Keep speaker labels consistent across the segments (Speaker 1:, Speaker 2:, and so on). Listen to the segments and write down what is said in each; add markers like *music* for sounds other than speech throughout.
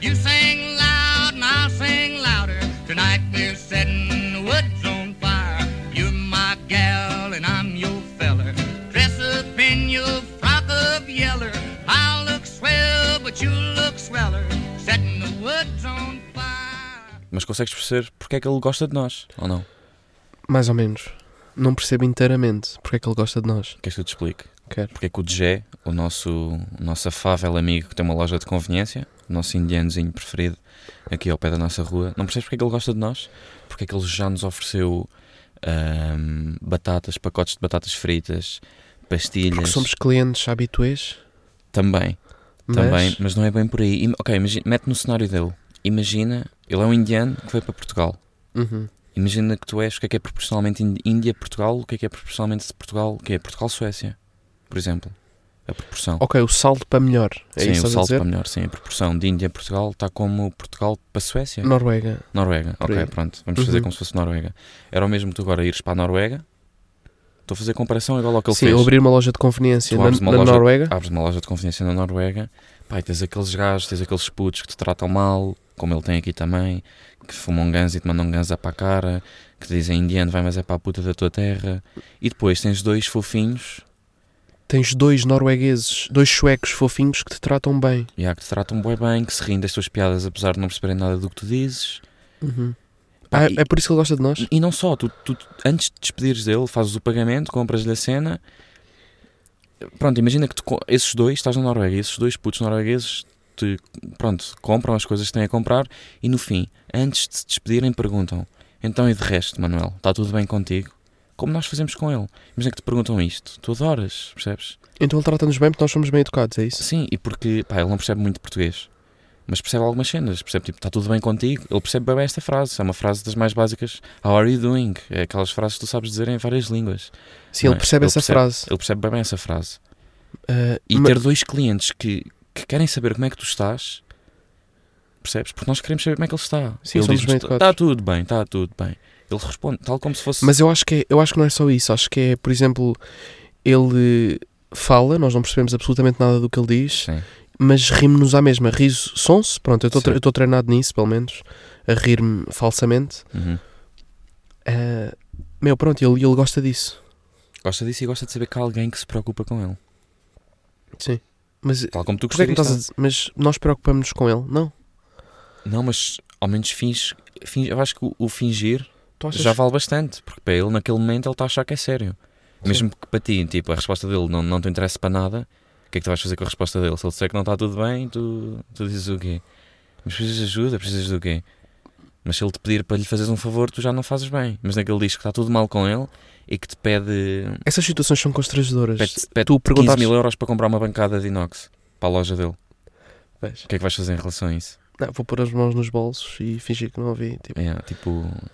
Speaker 1: You sing loud and I'll sing louder. Tonight we're setting the woods on fire. You're my gal and I'm your feller. Dress up in your frock of yeller. I'll look swell, but you look sweller. Setting the woods on fire.
Speaker 2: Mas consegues perceber porque é que ele gosta de nós, ou não?
Speaker 3: Mais ou menos. Não percebo inteiramente porque é que ele gosta de nós.
Speaker 2: Queres que eu te explique?
Speaker 3: Quero.
Speaker 2: Porque é que o Djé, o nosso, o nosso afável amigo que tem uma loja de conveniência, o nosso indianozinho preferido, aqui ao pé da nossa rua, não percebes porque é que ele gosta de nós? Porque é que ele já nos ofereceu ahm, batatas, pacotes de batatas fritas, pastilhas.
Speaker 3: Porque somos clientes habituês,
Speaker 2: Também,
Speaker 3: mas
Speaker 2: também, mas não é bem por aí. Im- ok, imagina, mete no cenário dele. Imagina, ele é um indiano que veio para Portugal.
Speaker 3: Uhum.
Speaker 2: Imagina que tu és, o que é que é proporcionalmente Ín- Índia-Portugal, o que é que é proporcionalmente de Portugal, o que é Portugal-Suécia, por exemplo. A proporção.
Speaker 3: Ok, o salto para melhor. É
Speaker 2: sim,
Speaker 3: isso
Speaker 2: o
Speaker 3: que estás a
Speaker 2: salto
Speaker 3: dizer?
Speaker 2: para melhor, sim. A proporção de Índia-Portugal está como Portugal para Suécia.
Speaker 3: Noruega.
Speaker 2: Noruega,
Speaker 3: Por
Speaker 2: ok,
Speaker 3: aí.
Speaker 2: pronto. Vamos fazer
Speaker 3: Uhum.
Speaker 2: como se fosse Noruega. Era o mesmo que tu agora ires para a Noruega. Estou a fazer comparação é igual ao que ele
Speaker 3: Sim,
Speaker 2: fez.
Speaker 3: eu abrir uma loja de conveniência
Speaker 2: Tu
Speaker 3: na,
Speaker 2: abres uma
Speaker 3: na
Speaker 2: loja-
Speaker 3: Noruega.
Speaker 2: Abres uma loja de conveniência na Noruega, pai, tens aqueles gajos, tens aqueles putos que te tratam mal, como ele tem aqui também, que fumam ganza e te mandam ganza para a cara, que te dizem indiano, vai mas é para a puta da tua terra. E depois tens dois fofinhos,
Speaker 3: Tens dois noruegueses, dois suecos fofinhos que te tratam bem.
Speaker 2: e há que te tratam bué bem, que se riem das tuas piadas apesar de não perceberem nada do que tu dizes.
Speaker 3: Uhum.
Speaker 2: Pá,
Speaker 3: Ah,
Speaker 2: e-
Speaker 3: é por isso que ele gosta de nós?
Speaker 2: E- E não só, tu, tu- antes de despedires dele, fazes o pagamento, compras-lhe a cena. Pronto, imagina que tu co- esses dois, estás na Noruega, e esses dois putos noruegueses te, pronto, compram as coisas que têm a comprar e no fim, antes de se despedirem, perguntam: Então e de resto, Manuel, está tudo bem contigo? Como nós fazemos com ele? Imagina que te perguntam isto, tu adoras, percebes?
Speaker 3: Então ele trata-nos bem porque nós somos bem educados, é isso?
Speaker 2: Sim, e porque pá, ele não percebe muito português, mas percebe algumas cenas, percebe tipo, está tudo bem contigo. Ele percebe bem esta frase, é uma frase das mais básicas: How are you doing? É aquelas frases que tu sabes dizer em várias línguas.
Speaker 3: Sim,
Speaker 2: Não
Speaker 3: ele
Speaker 2: é?
Speaker 3: percebe
Speaker 2: Ele
Speaker 3: essa
Speaker 2: percebe.
Speaker 3: frase.
Speaker 2: Ele percebe bem essa frase.
Speaker 3: Ah,
Speaker 2: E
Speaker 3: ma-
Speaker 2: ter dois clientes que, que querem saber como é que tu estás, percebes? Porque nós queremos saber como é que ele está.
Speaker 3: Sim,
Speaker 2: ele
Speaker 3: somos bem
Speaker 2: diz-nos:
Speaker 3: educados.
Speaker 2: Está tudo bem, está tudo bem. Ele responde, tal como se fosse.
Speaker 3: Mas eu acho, que é- eu acho que não é só isso. Acho que é, por exemplo, ele fala, nós não percebemos absolutamente nada do que ele diz,
Speaker 2: Sim.
Speaker 3: mas rimos-nos à mesma. Riso, sonso, pronto, eu
Speaker 2: Sim.
Speaker 3: estou treinado nisso, pelo menos, a rir-me falsamente.
Speaker 2: Uhum.
Speaker 3: Ah, meu, pronto, ele, ele gosta disso.
Speaker 2: Gosta disso e gosta de saber que há alguém que se preocupa com ele.
Speaker 3: Sim. Mas,
Speaker 2: Tal como tu
Speaker 3: por que é que me
Speaker 2: gostarias.
Speaker 3: estás a
Speaker 2: tá?
Speaker 3: dizer? mas nós preocupamos-nos com ele? Não.
Speaker 2: Não, mas ao menos finge. finge- eu acho que o- o fingir
Speaker 3: Tu achas
Speaker 2: já vale bastante, porque para ele naquele momento ele está a achar que é sério.
Speaker 3: Sim.
Speaker 2: Mesmo que para ti, tipo, a resposta dele não, não te interessa para nada, o que é que tu vais fazer com a resposta dele? Se ele disser que não está tudo bem, tu, tu dizes o quê? Mas precisas de ajuda, precisas do quê? Mas se ele te pedir para lhe fazeres um favor, tu já não fazes bem. Mas naquele diz que está tudo mal com ele e que te pede,
Speaker 3: Essas situações são constrangedoras.
Speaker 2: pede, pede
Speaker 3: tu
Speaker 2: 15
Speaker 3: perguntas
Speaker 2: mil euros para comprar uma bancada de inox para a loja dele.
Speaker 3: Pois.
Speaker 2: O que é que vais fazer em relação a isso?
Speaker 3: Não, vou pôr as mãos nos bolsos e fingir que não ouvi. Tipo,
Speaker 2: É, tipo,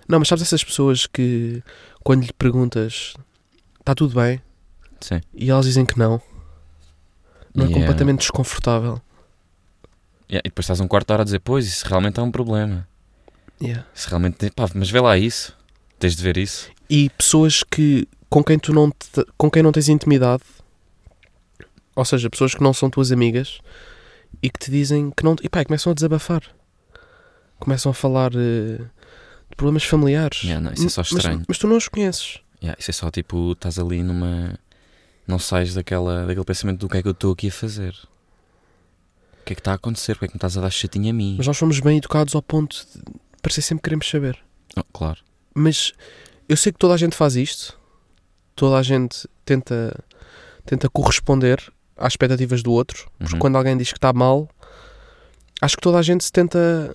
Speaker 3: Não, mas sabes essas pessoas que quando lhe perguntas está tudo bem
Speaker 2: sim.
Speaker 3: e elas dizem que não, não é
Speaker 2: E,
Speaker 3: completamente desconfortável.
Speaker 2: yeah, e depois estás um quarto de hora a dizer, pois, isso realmente é um problema.
Speaker 3: Yeah.
Speaker 2: Se realmente tem- pá, mas vê lá isso. Tens de ver isso.
Speaker 3: E pessoas que com quem tu não te- com quem não tens intimidade, ou seja, pessoas que não são tuas amigas e que te dizem que não e pá, e começam a desabafar, começam a falar eh, de problemas familiares.
Speaker 2: Yeah, não, isso é só
Speaker 3: Mas-
Speaker 2: estranho.
Speaker 3: Mas, tu não os conheces.
Speaker 2: Yeah, isso é só tipo, estás ali numa. Não sais daquela, daquele pensamento do que é que eu estou aqui a fazer. O que é que está a acontecer? Porque é que me estás a dar chatinho a mim?
Speaker 3: Mas nós somos bem educados ao ponto de parecer sempre que queremos saber.
Speaker 2: Oh, claro.
Speaker 3: mas eu sei que toda a gente faz isto, toda a gente tenta, tenta corresponder às expectativas do outro, porque
Speaker 2: Uhum.
Speaker 3: quando alguém diz que está mal, acho que toda a gente se tenta,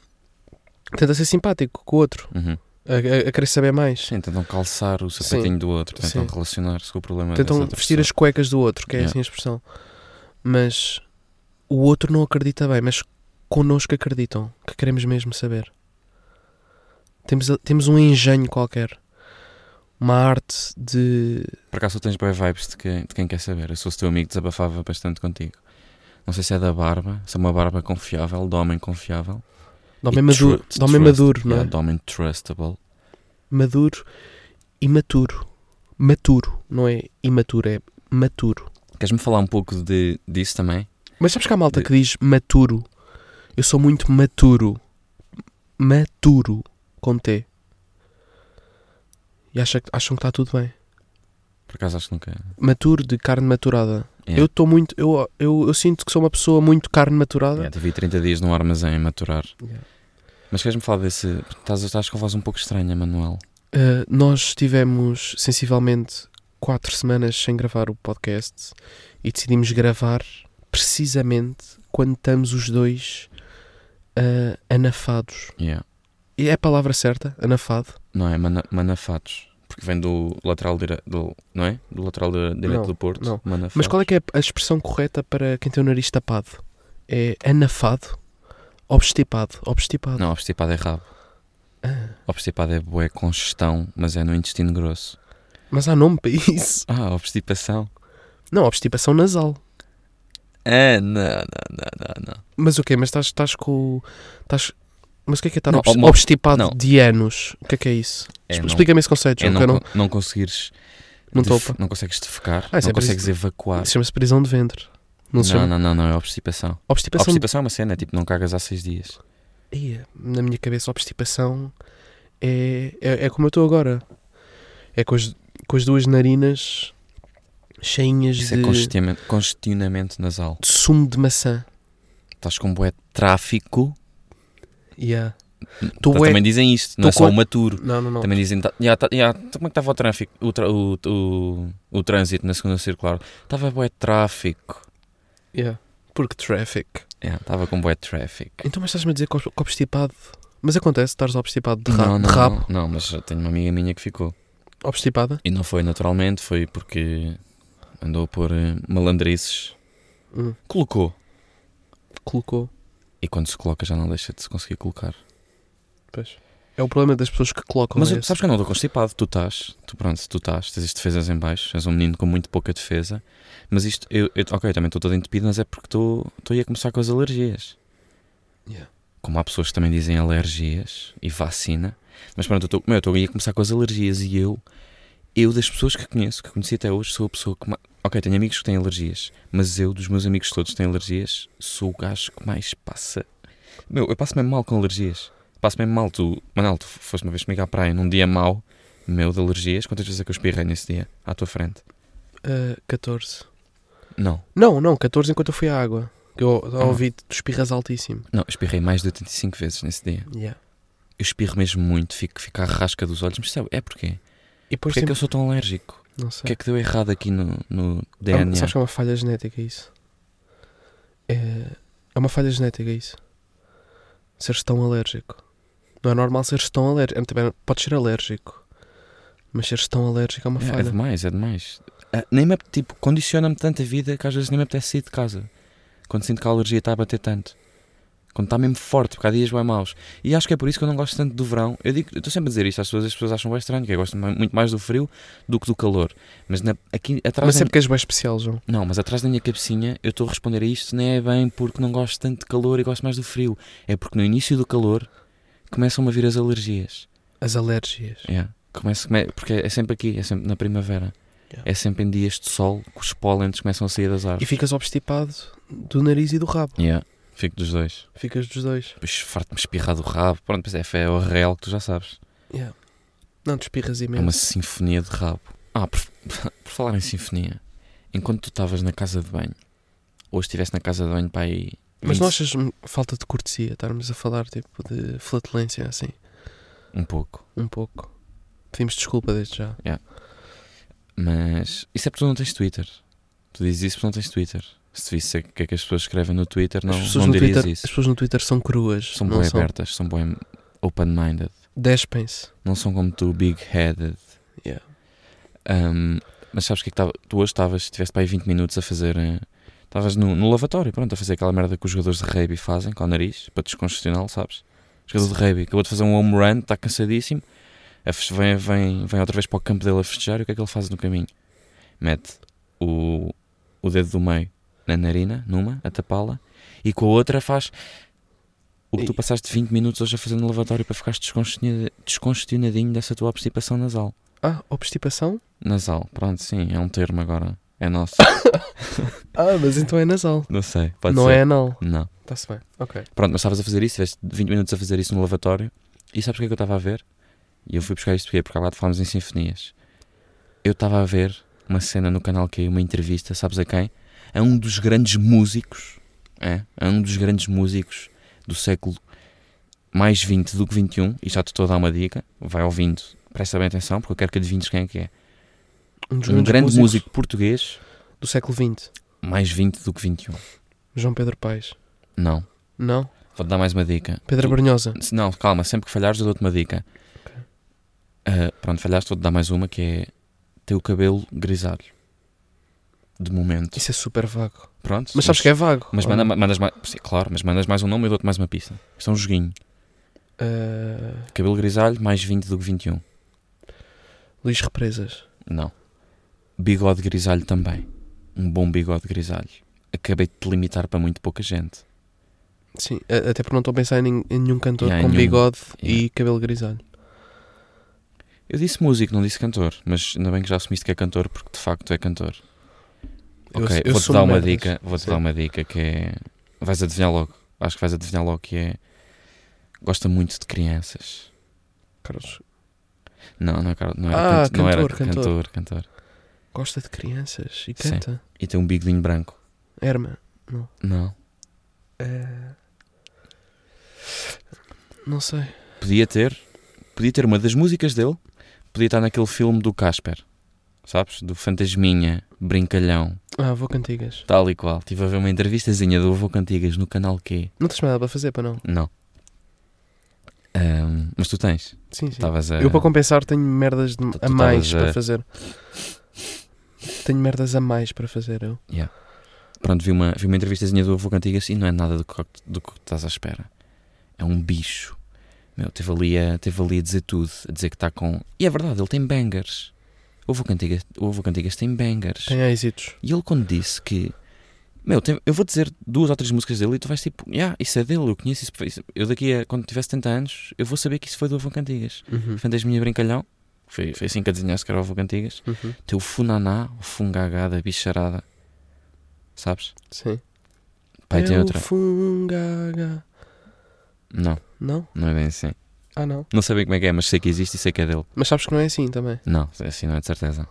Speaker 3: tenta ser simpático com o outro,
Speaker 2: Uhum.
Speaker 3: a, a- a querer saber mais.
Speaker 2: Sim, tentam calçar o sapatinho do outro, tentam
Speaker 3: Sim.
Speaker 2: relacionar-se com o problema dessa
Speaker 3: Tentam
Speaker 2: é outra
Speaker 3: vestir
Speaker 2: pessoa.
Speaker 3: as cuecas do outro, que é
Speaker 2: Yeah.
Speaker 3: assim a expressão. Mas o outro não acredita bem, mas connosco acreditam, que queremos mesmo saber. Temos, a- temos um engenho qualquer, uma arte de
Speaker 2: Por acaso tu tens boas vibes de quem, de quem quer saber. Eu sou teu amigo, desabafava bastante contigo. Não sei se é da barba, se é uma barba confiável, de homem confiável.
Speaker 3: De homem
Speaker 2: E
Speaker 3: maduro,
Speaker 2: trust-
Speaker 3: de homem
Speaker 2: trust-
Speaker 3: maduro, não é?
Speaker 2: yeah, De homem trustable.
Speaker 3: Maduro e maturo. Maturo, não é imaturo, é maturo.
Speaker 2: Queres-me falar um pouco de, disso também?
Speaker 3: Mas sabes que há malta
Speaker 2: De-
Speaker 3: que diz maturo Eu sou muito maturo. Maturo. Com T. E acha, que- acham que está tudo bem.
Speaker 2: Por acaso acho que nunca.
Speaker 3: Maturo de carne maturada.
Speaker 2: Yeah.
Speaker 3: Eu estou muito. Eu, eu, eu sinto que sou uma pessoa muito carne maturada.
Speaker 2: Yeah, tive aí 30 dias num armazém a maturar.
Speaker 3: Yeah.
Speaker 2: Mas queres-me falar desse. Estás, estás com a voz um pouco estranha, Manuel.
Speaker 3: Uh, nós tivemos sensivelmente quatro semanas sem gravar o podcast e decidimos gravar precisamente quando estamos os dois uh, anafados.
Speaker 2: Yeah.
Speaker 3: E é a palavra certa? Anafado?
Speaker 2: Não é? Mana, manafatos. Porque vem do lateral direito. Do, não é? Do lateral dire- direito
Speaker 3: Não,
Speaker 2: do Porto.
Speaker 3: não.
Speaker 2: Manafatos.
Speaker 3: Mas qual é que é a expressão correta para quem tem o nariz tapado? É anafado? Obstipado? Obstipado?
Speaker 2: Não, obstipado é rabo.
Speaker 3: Ah,
Speaker 2: Obstipado é bué com gestão, mas é no intestino grosso.
Speaker 3: mas há nome para isso?
Speaker 2: Ah, obstipação.
Speaker 3: Não, obstipação nasal.
Speaker 2: Ah, não, não, não, não. não.
Speaker 3: Mas o quê? Mas estás, estás com. o- Estás... Mas o que é que é estar
Speaker 2: Não,
Speaker 3: obs-
Speaker 2: uma-
Speaker 3: obstipado
Speaker 2: não.
Speaker 3: de anos? O que é que é isso?
Speaker 2: É
Speaker 3: Expl-
Speaker 2: não-
Speaker 3: Explica-me esse conceito,
Speaker 2: É
Speaker 3: João,
Speaker 2: não,
Speaker 3: que eu não,
Speaker 2: con- não conseguires.
Speaker 3: não
Speaker 2: def-
Speaker 3: topo.
Speaker 2: Não consegues defecar.
Speaker 3: Ah, isso
Speaker 2: não
Speaker 3: é por isso
Speaker 2: consegues
Speaker 3: que-
Speaker 2: evacuar.
Speaker 3: Chama-se prisão de ventre. Não,
Speaker 2: Não,
Speaker 3: se chama.
Speaker 2: não, não, não, é obstipação.
Speaker 3: Obstipação.
Speaker 2: Obstipação é uma cena, tipo, não cagas há seis dias.
Speaker 3: Ia, na minha cabeça, obstipação é, é, é como eu estou agora. É com as, com as duas narinas cheinhas
Speaker 2: Isso
Speaker 3: de,
Speaker 2: é congestionamento, congestionamento nasal.
Speaker 3: de sumo de maçã.
Speaker 2: Estás com bué de tráfico.
Speaker 3: Yeah. Tu
Speaker 2: Tá-
Speaker 3: é-
Speaker 2: Também dizem isto, não
Speaker 3: tu
Speaker 2: é só
Speaker 3: com-
Speaker 2: o maturo.
Speaker 3: Não, não, não.
Speaker 2: Também dizem, tá, ya, tá- ya, então como é que estava o tráfico, o, tra- o, o, o trânsito na segunda circular? Estava bué de tráfico.
Speaker 3: Yeah. Porque traffic.
Speaker 2: Ya, Estava com bué de tráfico.
Speaker 3: Então, mas estás-me a dizer que ob- que obstipado. Mas acontece, estares obstipado de, ra
Speaker 2: Não,
Speaker 3: de
Speaker 2: não,
Speaker 3: rabo.
Speaker 2: não, não, mas eu tenho uma amiga minha que ficou.
Speaker 3: Obstipada?
Speaker 2: E não foi naturalmente, foi porque andou a pôr eh, malandrices.
Speaker 3: Hum.
Speaker 2: Colocou.
Speaker 3: Colocou.
Speaker 2: E quando se coloca já não deixa de se conseguir colocar.
Speaker 3: Pois. É o problema das pessoas que colocam.
Speaker 2: Mas
Speaker 3: é
Speaker 2: eu-
Speaker 3: esse.
Speaker 2: sabes que eu não estou constipado, tu estás, tu pronto, tu estás, tens as defesas em baixo, és um menino com muito pouca defesa, mas isto, eu, eu- ok, eu também estou todo entupido, mas é porque estou estou aí a começar com as alergias.
Speaker 3: Yeah.
Speaker 2: Como há pessoas que também dizem alergias e vacina, mas pronto, eu estou- meu, eu estou aí a começar com as alergias e eu, eu das pessoas que conheço, que conheci até hoje, sou a pessoa que mais, ok, tenho amigos que têm alergias, mas eu, dos meus amigos todos que têm alergias, sou o gajo que mais passa, meu, eu passo mesmo mal com alergias. Passo mesmo mal, tu, Manel, tu foste uma vez comigo à praia num dia mau, meu, de alergias. Quantas vezes é que eu espirrei nesse dia, à tua frente?
Speaker 3: Ah, 14.
Speaker 2: Não,
Speaker 3: Não, não, 14 enquanto eu fui à água. Que eu
Speaker 2: Ah.
Speaker 3: ouvi, tu espirras altíssimo.
Speaker 2: não, eu espirrei mais de 85 vezes nesse dia. Eu espirro mesmo muito, fico, fico à rasca dos olhos, mas sabe, é porquê?
Speaker 3: E depois
Speaker 2: Porquê é que
Speaker 3: sempre...
Speaker 2: eu sou tão alérgico?
Speaker 3: Não
Speaker 2: O que
Speaker 3: sei.
Speaker 2: é que deu errado aqui no, no
Speaker 3: É
Speaker 2: DNA?
Speaker 3: uma- Tá. sabes que é uma falha genética isso? É, é uma falha genética isso. Seres tão alérgico. Não é normal seres tão alérgico. É, também Podes ser alérgico. Mas seres tão alérgico é uma
Speaker 2: É, é
Speaker 3: falha.
Speaker 2: demais, é demais. Ah, nem me, ap- tipo, condiciona-me tanto a vida que às vezes nem me apetece sair de casa. Quando sinto que a alergia está a bater tanto. Quando está mesmo forte, porque há dias bem maus. E acho que é por isso que eu não gosto tanto do verão. Eu digo, eu estou sempre a dizer isto às pessoas, as pessoas acham bem estranho, que eu gosto ma- muito mais do frio do que do calor. Mas é na- aqui atrás.
Speaker 3: Mas
Speaker 2: da-
Speaker 3: sempre que és bem especial, João.
Speaker 2: Não, mas atrás da minha cabecinha eu estou a responder a isto, nem é bem porque não gosto tanto de calor e gosto mais do frio. É porque no início do calor começam-me a vir as alergias.
Speaker 3: As alérgias.
Speaker 2: Yeah. Começa, come- porque é sempre aqui, é sempre na primavera.
Speaker 3: Yeah.
Speaker 2: É sempre em dias de sol que os pólenes começam a sair das
Speaker 3: E
Speaker 2: árvores.
Speaker 3: ficas obstipado do nariz e do rabo.
Speaker 2: Yeah. Fico dos dois.
Speaker 3: Ficas dos dois.
Speaker 2: Depois farto-me espirrar do rabo. Pronto, pois é, é o real que tu já sabes.
Speaker 3: Não, te espirras
Speaker 2: É uma
Speaker 3: imenso.
Speaker 2: sinfonia de rabo. Ah, por, *laughs* por falar em sinfonia, enquanto tu estavas na casa de banho, ou estivesse na casa de banho para aí.
Speaker 3: Mas
Speaker 2: 20
Speaker 3: não achas falta de cortesia estarmos a falar tipo de flatulência assim?
Speaker 2: Um pouco.
Speaker 3: Um pouco. Pedimos desculpa desde já.
Speaker 2: Mas isso é porque tu não tens Twitter. Tu dizes isso porque não tens Twitter. Se tu visse o que é que as pessoas escrevem no Twitter, não,
Speaker 3: as, pessoas
Speaker 2: não
Speaker 3: no
Speaker 2: dirias
Speaker 3: Twitter, as
Speaker 2: isso.
Speaker 3: pessoas no Twitter são cruas.
Speaker 2: São
Speaker 3: não
Speaker 2: bem
Speaker 3: são.
Speaker 2: abertas, são bem open-minded.
Speaker 3: Despem-se.
Speaker 2: Não são como tu, big-headed.
Speaker 3: Yeah.
Speaker 2: Um, mas sabes o que é que tava- tu hoje estavas, tiveste para aí 20 minutos a fazer. eh, Estavas no, no lavatório, pronto, a fazer aquela merda que os jogadores de rugby fazem com o nariz, para descongestioná-lo, sabes? O jogador de rugby acabou de fazer um home run, está cansadíssimo, a fes- vem, vem, vem outra vez para o campo dele a festejar e o que é que ele faz no caminho? Mete o, o dedo do meio na narina, numa, a tapá-la, e com a outra faz. O que tu
Speaker 3: E-
Speaker 2: passaste 20 minutos hoje a fazer no lavatório para ficares descongestionado- descongestionadinho dessa tua obstipação nasal.
Speaker 3: Ah, obstipação?
Speaker 2: Nasal, pronto, sim, é um termo agora. É nosso.
Speaker 3: Ah, mas então é nasal.
Speaker 2: Não sei, pode
Speaker 3: não
Speaker 2: ser.
Speaker 3: é anal.
Speaker 2: Não.
Speaker 3: Está-se bem. Ok.
Speaker 2: Pronto, mas estavas a fazer isso, tiveste 20 minutos a fazer isso no lavatório. E sabes o que é que eu estava a ver? E eu fui buscar isto porque, porque há bocado falámos em sinfonias. Eu estava a ver uma cena no canal que é uma entrevista, sabes a quem? A um dos grandes músicos, é? A um dos grandes músicos do século mais 20 do que 21. E já te estou a dar uma dica, vai ouvindo, presta bem atenção, porque eu quero que adivinhes quem é que é.
Speaker 3: dos
Speaker 2: Um
Speaker 3: grandes
Speaker 2: grande
Speaker 3: músicos
Speaker 2: músico português,
Speaker 3: do século XX.
Speaker 2: mais 20 do que 21.
Speaker 3: João Pedro Paes.
Speaker 2: Não,
Speaker 3: Não?
Speaker 2: vou-te dar mais uma dica.
Speaker 3: Pedro Brunhosa.
Speaker 2: Se- Não, calma, sempre que falhares eu dou-te uma dica. Ah, pronto, falhaste, vou-te dar mais uma que é ter o cabelo grisalho. De momento.
Speaker 3: Isso é super vago.
Speaker 2: Pronto.
Speaker 3: Mas sabes que é vago.
Speaker 2: Mas manda, mandas mais. sim, claro, mas mandas mais um nome e eu dou-te mais uma pista. Isto é um joguinho.
Speaker 3: Ah,
Speaker 2: Cabelo grisalho, mais 20 do que 21.
Speaker 3: Luís Represas.
Speaker 2: Não. Bigode grisalho também. Um bom bigode grisalho. Acabei de te limitar para muito pouca gente.
Speaker 3: Sim, a- até porque não estou a pensar em, nin- em nenhum cantor
Speaker 2: Yeah,
Speaker 3: com
Speaker 2: em nenhum-
Speaker 3: bigode e cabelo grisalho.
Speaker 2: Eu disse músico, não disse cantor. Mas ainda bem que já assumiste que é cantor, porque de facto é cantor.
Speaker 3: Eu-
Speaker 2: Ok,
Speaker 3: eu
Speaker 2: vou-te
Speaker 3: sou
Speaker 2: dar uma
Speaker 3: merdas.
Speaker 2: dica. Vou-te
Speaker 3: Sim.
Speaker 2: dar uma dica que é. Vais adivinhar logo. Acho que vais adivinhar logo que é. Gosta muito de crianças.
Speaker 3: Carlos,
Speaker 2: Não, não, é Carlos- não era,
Speaker 3: Ah,
Speaker 2: canto- não era
Speaker 3: cantor, cantor.
Speaker 2: cantor, cantor.
Speaker 3: gosta de crianças e
Speaker 2: Sim.
Speaker 3: canta.
Speaker 2: E tem um bigodinho branco.
Speaker 3: Herma.
Speaker 2: Não.
Speaker 3: Ah, Não sei.
Speaker 2: Podia ter. Podia ter uma das músicas dele. Podia estar naquele filme do Casper. Sabes? Do Fantasminha, Brincalhão,
Speaker 3: Ah, vou cantigas.
Speaker 2: tal e qual. Estive a ver uma entrevistazinha do Avô Cantigas no canal Q.
Speaker 3: Não tens mais nada para fazer, para não?
Speaker 2: Não. Ahm, mas tu tens.
Speaker 3: Sim, sim.
Speaker 2: Estavas a.
Speaker 3: Eu, para compensar, tenho merdas de-
Speaker 2: eh, tu
Speaker 3: a mais
Speaker 2: estavas a-
Speaker 3: para fazer. Tenho merdas a mais para fazer, eu.
Speaker 2: Pronto, vi uma, vi uma entrevistazinha do Avô Cantigas e não é nada do que, do que estás à espera. É um bicho. Meu, teve ali, a, teve ali a dizer tudo, a dizer que está com. E é verdade, ele tem bangers. O Avô Cantigas, o Avô Cantigas tem bangers.
Speaker 3: Tenho êxitos.
Speaker 2: E ele quando disse que. Meu, tem- eu vou dizer duas ou três músicas dele e tu vais tipo, yeah, isso é dele, eu conheço isso. foi isso." Eu daqui a quando tiver 70 anos, eu vou saber que isso foi do Avô Cantigas.
Speaker 3: Uhum.
Speaker 2: Fantasminha Brincalhão, foi, foi assim que adivinhaste que era o Avô Cantigas.
Speaker 3: Uhum.
Speaker 2: Teu Funaná, o Fungagá da bicharada. Sabes?
Speaker 3: Sim.
Speaker 2: Pai, tem
Speaker 3: Eu
Speaker 2: outra.
Speaker 3: Fungaga.
Speaker 2: Não,
Speaker 3: Não?
Speaker 2: não é bem assim.
Speaker 3: Ah, não.
Speaker 2: Não sei bem como é que é, mas sei que existe e sei que é dele.
Speaker 3: Mas sabes que não é assim também.
Speaker 2: Não, assim não é de certeza.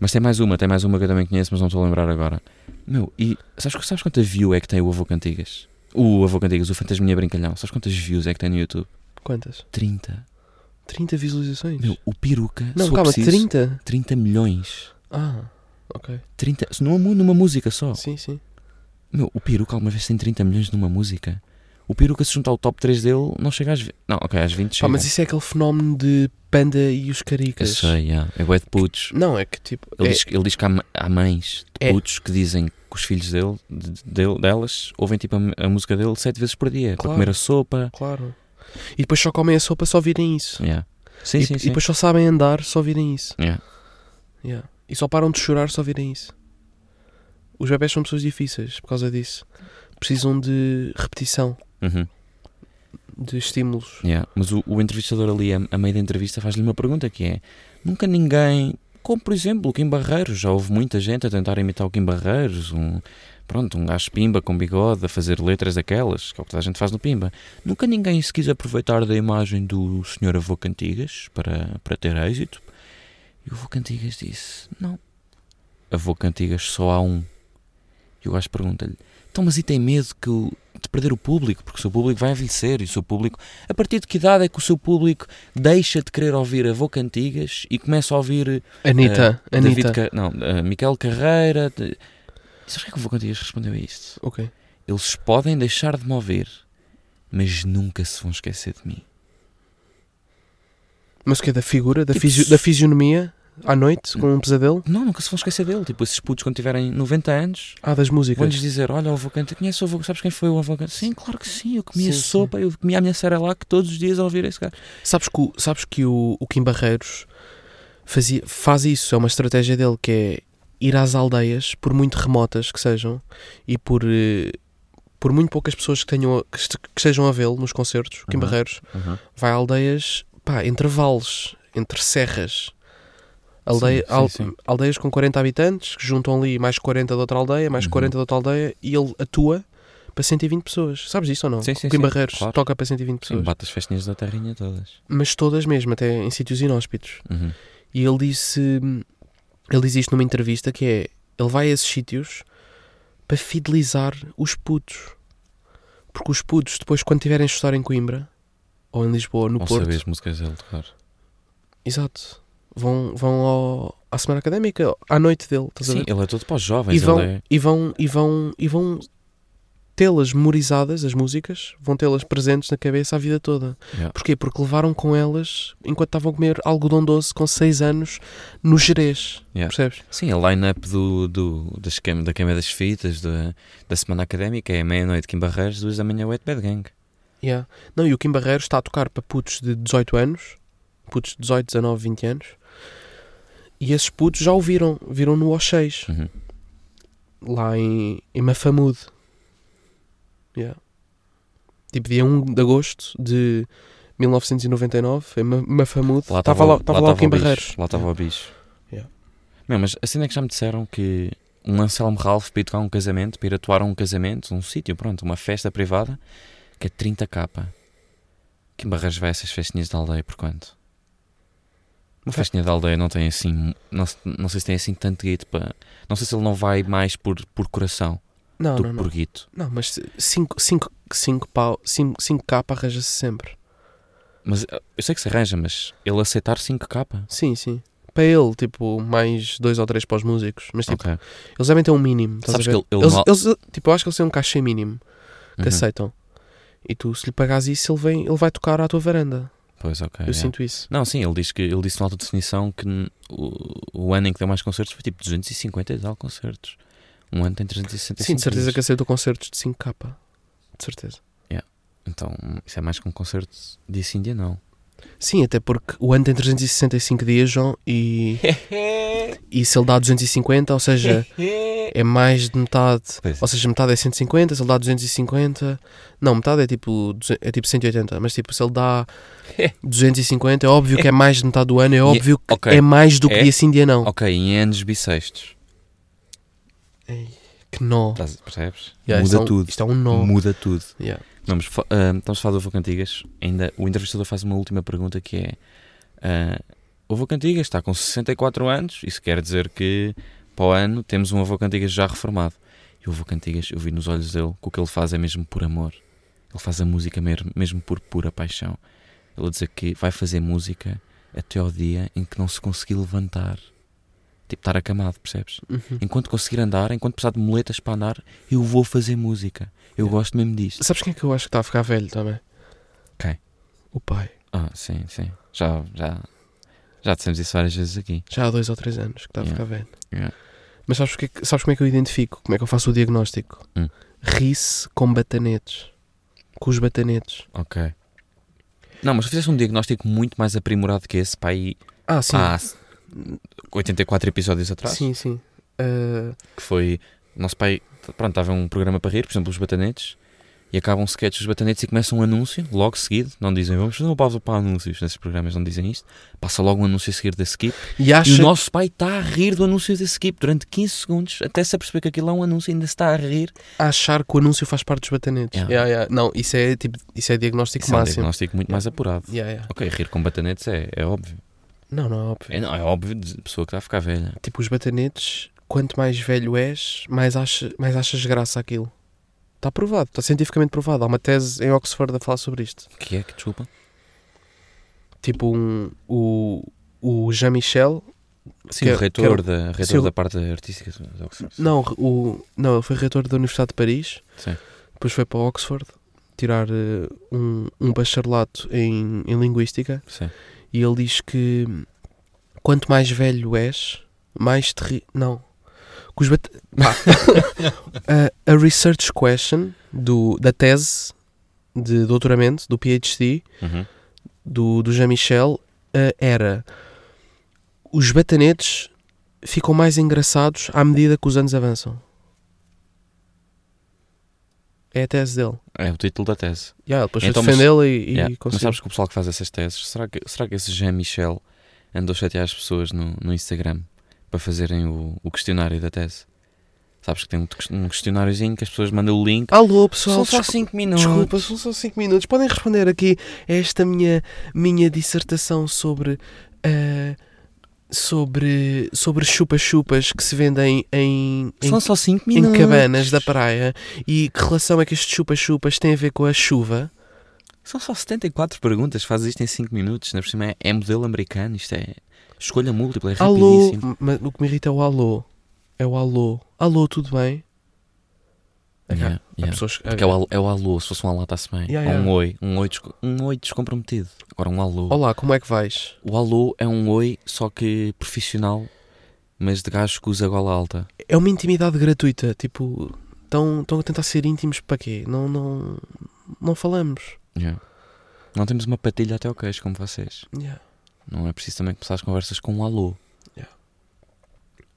Speaker 2: Mas tem mais uma, tem mais uma que eu também conheço, mas não estou a lembrar agora. Meu, e sabes, sabes quanta view é que tem o Avô Cantigas? O Avô Cantigas, o Fantasminha Brincalhão. Sabes quantas views é que tem no YouTube?
Speaker 3: Quantas?
Speaker 2: 30.
Speaker 3: 30 visualizações?
Speaker 2: Meu, o Peruca, se
Speaker 3: não,
Speaker 2: for
Speaker 3: calma,
Speaker 2: preciso,
Speaker 3: 30?
Speaker 2: 30 milhões.
Speaker 3: Ah, ok.
Speaker 2: 30, numa, mu- numa música só.
Speaker 3: Sim, sim.
Speaker 2: Meu, o Peruca alguma vez tem 30 milhões numa música? O Peruca se juntar ao top 3 dele, não chega às 20. Não, ok, às 20 chega.
Speaker 3: Pá, mas isso é aquele fenómeno de Panda e os
Speaker 2: Eu
Speaker 3: Caricas.
Speaker 2: sei, yeah. é bué de putos.
Speaker 3: Não, é que tipo.
Speaker 2: Ele,
Speaker 3: é-
Speaker 2: diz, ele diz que há, ma- há mães de
Speaker 3: É.
Speaker 2: putos que dizem que os filhos dele, de- dele- delas ouvem tipo a, a música dele sete vezes por dia para
Speaker 3: Claro.
Speaker 2: comer a sopa.
Speaker 3: é, Claro. E depois só comem a sopa só virem isso.
Speaker 2: Yeah. Sim,
Speaker 3: e,
Speaker 2: sim,
Speaker 3: e
Speaker 2: sim.
Speaker 3: depois só sabem andar só virem isso.
Speaker 2: Yeah.
Speaker 3: Yeah. E só param de chorar só virem isso. Os bebés são pessoas difíceis por causa disso. Precisam de repetição,
Speaker 2: Uhum.
Speaker 3: de estímulos.
Speaker 2: Yeah. Mas o, o entrevistador ali, a, a meio da entrevista, faz-lhe uma pergunta que é: nunca ninguém, como por exemplo o Kim Barreiros, já houve muita gente a tentar imitar o Kim Barreiros, um, pronto, um gajo pimba com bigode a fazer letras daquelas, que é o que toda a gente faz no pimba. Nunca ninguém se quis aproveitar da imagem do senhor avô Cantigas para, para ter êxito. E o avô Cantigas disse: Não, avô Cantigas só há um. E o gajo pergunta-lhe: Então, mas e tem medo que o- de perder o público? Porque o seu público vai envelhecer e o seu público. A partir de que idade é que o seu público deixa de querer ouvir avô Cantigas e começa a ouvir.
Speaker 3: Anitta,
Speaker 2: eh, David Ca-
Speaker 3: Anitta.
Speaker 2: Não, eh, Miquel Carreira. De... E sabes o que é que o avô Cantigas respondeu a isto?
Speaker 3: Ok.
Speaker 2: Eles podem deixar de me ouvir, mas nunca se vão esquecer de mim.
Speaker 3: Mas o que é da figura, da,
Speaker 2: Tipo,
Speaker 3: fisio-
Speaker 2: se-
Speaker 3: da fisionomia, à noite, com um pesadelo?
Speaker 2: Não, nunca se vão esquecer dele. Tipo, esses putos, quando tiverem 90 anos,
Speaker 3: Ah, das músicas.
Speaker 2: vão-lhes dizer: Olha, o avô Cantigas, conhece o avô, sabes quem foi o avô Cantigas? Sim, claro que sim. Eu comia
Speaker 3: Sim, sim.
Speaker 2: sopa, eu comia a minha que todos os dias a ouvir esse gajo.
Speaker 3: Sabes que, o, sabes que o, o Kim Barreiros fazia, faz isso, é uma estratégia dele que é ir às aldeias, por muito remotas que sejam, e por, eh, por muito poucas pessoas que, tenham, a- que, este- que estejam a vê-lo nos concertos, o Kim
Speaker 2: Uhum.
Speaker 3: Barreiros vai a aldeias, pá, entre vales, entre serras. Aldeia-
Speaker 2: Sim, sim,
Speaker 3: al-
Speaker 2: sim.
Speaker 3: Aldeias com 40 habitantes, que juntam ali mais 40 de outra aldeia, mais
Speaker 2: Uhum.
Speaker 3: 40 de outra aldeia, e ele atua para 120 pessoas. Sabes disso ou não?
Speaker 2: Sim, sim,
Speaker 3: O Kim
Speaker 2: sim,
Speaker 3: Barreiros
Speaker 2: claro.
Speaker 3: toca para 120
Speaker 2: Sim,
Speaker 3: pessoas.
Speaker 2: bate as festinhas da terrinha todas.
Speaker 3: mas todas mesmo, até em sítios inóspitos.
Speaker 2: Uhum.
Speaker 3: E ele disse. Ele diz isto numa entrevista que é. Ele vai a esses sítios para fidelizar os putos. Porque os putos, depois, quando tiverem a estudar em Coimbra, ou em Lisboa, no
Speaker 2: Ou
Speaker 3: Porto,
Speaker 2: saber as músicas dele tocar.
Speaker 3: exato, vão, vão ao- à semana académica, à noite dele, estás a
Speaker 2: Sim,
Speaker 3: ver?
Speaker 2: ele é todo para os
Speaker 3: E
Speaker 2: jovens.
Speaker 3: vão,
Speaker 2: Ele é...
Speaker 3: e vão, e vão, e vão tê-las memorizadas, as músicas, vão tê-las presentes na cabeça a vida toda.
Speaker 2: Yeah.
Speaker 3: Porquê? Porque levaram com elas enquanto estavam a comer algodão doce com 6 anos no Jerez.
Speaker 2: Yeah.
Speaker 3: Percebes?
Speaker 2: Sim, a line-up do, do, das cam- da Queima das Fitas, da, da Semana Académica, é meia-noite, Kim Barreiros, duas da manhã, Wet Bad Gang.
Speaker 3: Yeah. Não, e o Kim Barreiros está a tocar para putos de 18 anos, putos de 18, 19, 20 anos, e esses putos já o viram, viram no Oxês,
Speaker 2: Uhum.
Speaker 3: lá em, em Mafamude. Yeah. Tipo, dia 1 de agosto de 1999, em Ma- Mafamude,
Speaker 2: Lá
Speaker 3: estava lá,
Speaker 2: estava
Speaker 3: estava lá o Kim
Speaker 2: bicho,
Speaker 3: Barreiros.
Speaker 2: Lá estava o bicho.
Speaker 3: Yeah.
Speaker 2: Não, mas a cena é que já me disseram que um Anselmo Ralph para ir tocar um casamento, para ir atuar a um casamento, um sítio, pronto, uma festa privada, que é 30 k Kim Barreiros vai a essas festinhas da aldeia por quanto? Uma festinha da aldeia não tem assim, não, se- não sei se tem assim tanto guito para. Não sei se ele não vai mais por, por coração
Speaker 3: Não,
Speaker 2: do
Speaker 3: não,
Speaker 2: que
Speaker 3: não.
Speaker 2: por guito.
Speaker 3: Não, mas 5, 5, 5 pau, 5, 5k arranja-se sempre.
Speaker 2: Mas eh, eu sei que se arranja, mas ele aceitar 5k.
Speaker 3: Sim, sim. Para ele, tipo, mais dois ou três para os músicos. Mas, tipo,
Speaker 2: Ok.
Speaker 3: Eles devem ter um mínimo. Estás
Speaker 2: Sabes
Speaker 3: a ver?
Speaker 2: que ele- ele
Speaker 3: eles,
Speaker 2: não-
Speaker 3: eles, tipo, eu acho que eles têm um cachê mínimo que
Speaker 2: Uhum.
Speaker 3: aceitam. E tu, se lhe pagares isso, ele, vem, ele vai tocar à tua varanda.
Speaker 2: Pois, ok.
Speaker 3: eu
Speaker 2: yeah.
Speaker 3: sinto isso.
Speaker 2: Não, sim, ele, diz que, ele disse na alta definição que n- o, o ano em que deu mais concertos foi tipo 250 e tal concertos. Um ano tem 365.
Speaker 3: Sim, de certeza que
Speaker 2: dias.
Speaker 3: aceitou concertos de 5k. De certeza.
Speaker 2: Então, isso é mais que um concerto de Índia, não.
Speaker 3: Sim, até porque o ano tem 365 dias, João,
Speaker 2: *laughs*
Speaker 3: e, e se ele dá 250, ou seja, é mais de metade.
Speaker 2: Pois.
Speaker 3: Ou seja, metade é 150, se ele dá 250. Não, metade é tipo, duze- é tipo 180, mas tipo, se
Speaker 2: *laughs*
Speaker 3: ele dá 250, é óbvio que é mais de metade do ano, é óbvio que
Speaker 2: ok.
Speaker 3: é mais do que
Speaker 2: É?
Speaker 3: dia sim, dia não.
Speaker 2: Ok, em anos bissextos.
Speaker 3: Que nó.
Speaker 2: Estás- Percebes?
Speaker 3: Yeah,
Speaker 2: Muda
Speaker 3: isto é um-
Speaker 2: tudo.
Speaker 3: Isto é um nó.
Speaker 2: Muda tudo.
Speaker 3: Yeah.
Speaker 2: Vamos, fa- ah, estamos a falar do Vou Cantigas. Ainda, o entrevistador faz uma última pergunta que é: ah, O Vou Cantigas está com 64 anos, isso quer dizer que para o ano temos um Avô Cantigas já reformado. E o Avô Cantigas, eu vi nos olhos dele que o que ele faz é mesmo por amor. Ele faz a música mesmo, mesmo por pura paixão. Ele a dizer que vai fazer música até ao dia em que não se conseguir levantar. Tipo, estar acamado, percebes?
Speaker 3: Uhum.
Speaker 2: Enquanto conseguir andar, enquanto precisar de moletas para andar, eu vou fazer música. Eu gosto mesmo disto.
Speaker 3: Sabes quem é que eu acho que está a ficar velho também?
Speaker 2: Quem?
Speaker 3: O pai.
Speaker 2: Ah, sim, sim. Já, já, já dissemos isso várias vezes aqui.
Speaker 3: Já há dois ou três anos que está a
Speaker 2: Yeah.
Speaker 3: ficar velho.
Speaker 2: Yeah.
Speaker 3: Mas sabes, porque, é que- sabes como é que eu identifico? Como é que eu faço o diagnóstico?
Speaker 2: Hum.
Speaker 3: Ri-se com batanetes. Com os batanetes.
Speaker 2: Ok. Não, mas tu fizeste um diagnóstico muito mais aprimorado que esse, pá, aí
Speaker 3: Ah, sim.
Speaker 2: há 84 episódios atrás.
Speaker 3: sim, sim. Ah,
Speaker 2: Que foi. Nosso pai, pronto, estava um programa para rir, por exemplo, os Batanetes, e acabam um sketch dos Batanetes e começa um anúncio, logo seguido. Não dizem, vamos fazer uma pausa para anúncios. Nesses programas não dizem isto. Passa logo um anúncio a seguir da Skip.
Speaker 3: e acha...
Speaker 2: E o nosso pai está a rir do anúncio da Skip durante 15 segundos, até se aperceber que aquilo é um anúncio e ainda se está a rir.
Speaker 3: a achar que o anúncio faz parte dos batanetes.
Speaker 2: Yeah.
Speaker 3: Yeah, yeah. Não, isso é, tipo, isso é diagnóstico
Speaker 2: Isso é um
Speaker 3: máximo.
Speaker 2: diagnóstico muito mais apurado.
Speaker 3: Yeah, yeah.
Speaker 2: Ok, rir com batanetes é, é óbvio.
Speaker 3: Não, não é óbvio.
Speaker 2: É, não, é óbvio de pessoa que está a ficar velha.
Speaker 3: Tipo, os batanetes, quanto mais velho és, mais, acha, mais achas graça aquilo. Está provado, está cientificamente provado. Há uma tese em Oxford a falar sobre isto.
Speaker 2: O que é que, desculpa?
Speaker 3: Tipo, um, o, o Jean-Michel.
Speaker 2: Sim,
Speaker 3: Que- é-
Speaker 2: o reitor,
Speaker 3: que-
Speaker 2: da, reitor
Speaker 3: se eu-
Speaker 2: da parte artística é da Oxford.
Speaker 3: Não, o, não, ele foi reitor da Universidade de Paris.
Speaker 2: Sim.
Speaker 3: Depois foi para Oxford tirar eh, um, um bacharelato em, em Linguística.
Speaker 2: Sim.
Speaker 3: E ele diz que hum, quanto mais velho és, mais te ri... Não. Que os bate-
Speaker 2: *laughs*
Speaker 3: Pá. a, a research question do, da tese de doutoramento, do PhD,
Speaker 2: Uhum.
Speaker 3: do, do Jean-Michel, eh, era os batanetes ficam mais engraçados à medida que os anos avançam. É a tese dele.
Speaker 2: É o título da tese.
Speaker 3: Yeah, ele depois
Speaker 2: Então,
Speaker 3: foi
Speaker 2: mas-
Speaker 3: defendê-la e, e
Speaker 2: Yeah. Mas
Speaker 3: conseguiu.
Speaker 2: sabes que o pessoal que faz essas teses, será que, será que esse Jean-Michel andou a chatear as pessoas no, no Instagram para fazerem o, o questionário da tese? Sabes que tem um ques- um questionáriozinho que as pessoas mandam o link.
Speaker 3: Alô, pessoal,
Speaker 2: São só
Speaker 3: desculpa-
Speaker 2: 5 minutos.
Speaker 3: Desculpa, são só 5 minutos. Podem responder aqui a esta minha, minha dissertação sobre. ah, sobre. sobre chupa-chupas que se vendem em. em
Speaker 2: São só 5
Speaker 3: em
Speaker 2: minutos.
Speaker 3: cabanas da praia e que relação é que estes chupa-chupas têm a ver com a chuva?
Speaker 2: São só 74 perguntas, fazes isto em 5 minutos. Na por cima é, é modelo americano, isto é escolha múltipla, é
Speaker 3: Alô,
Speaker 2: rapidíssimo.
Speaker 3: mas o que me irrita é o alô. É o alô. Alô, tudo bem? Acá,
Speaker 2: Yeah,
Speaker 3: há
Speaker 2: yeah.
Speaker 3: pessoas que-
Speaker 2: Porque é o, al- é o alô, se fosse um alô está-se bem.
Speaker 3: Yeah,
Speaker 2: Ou um
Speaker 3: yeah.
Speaker 2: oi, um oi, desco- um oi descomprometido. Agora um alô.
Speaker 3: Olá, como é que vais?
Speaker 2: O alô é um oi, só que profissional, mas de gajo que usa gola alta.
Speaker 3: É uma intimidade gratuita, tipo, estão estão a tentar ser íntimos para quê? Não, não, não falamos.
Speaker 2: Yeah. Não temos uma patilha até ao queixo como vocês.
Speaker 3: Yeah.
Speaker 2: Não é preciso também começar as conversas com um alô.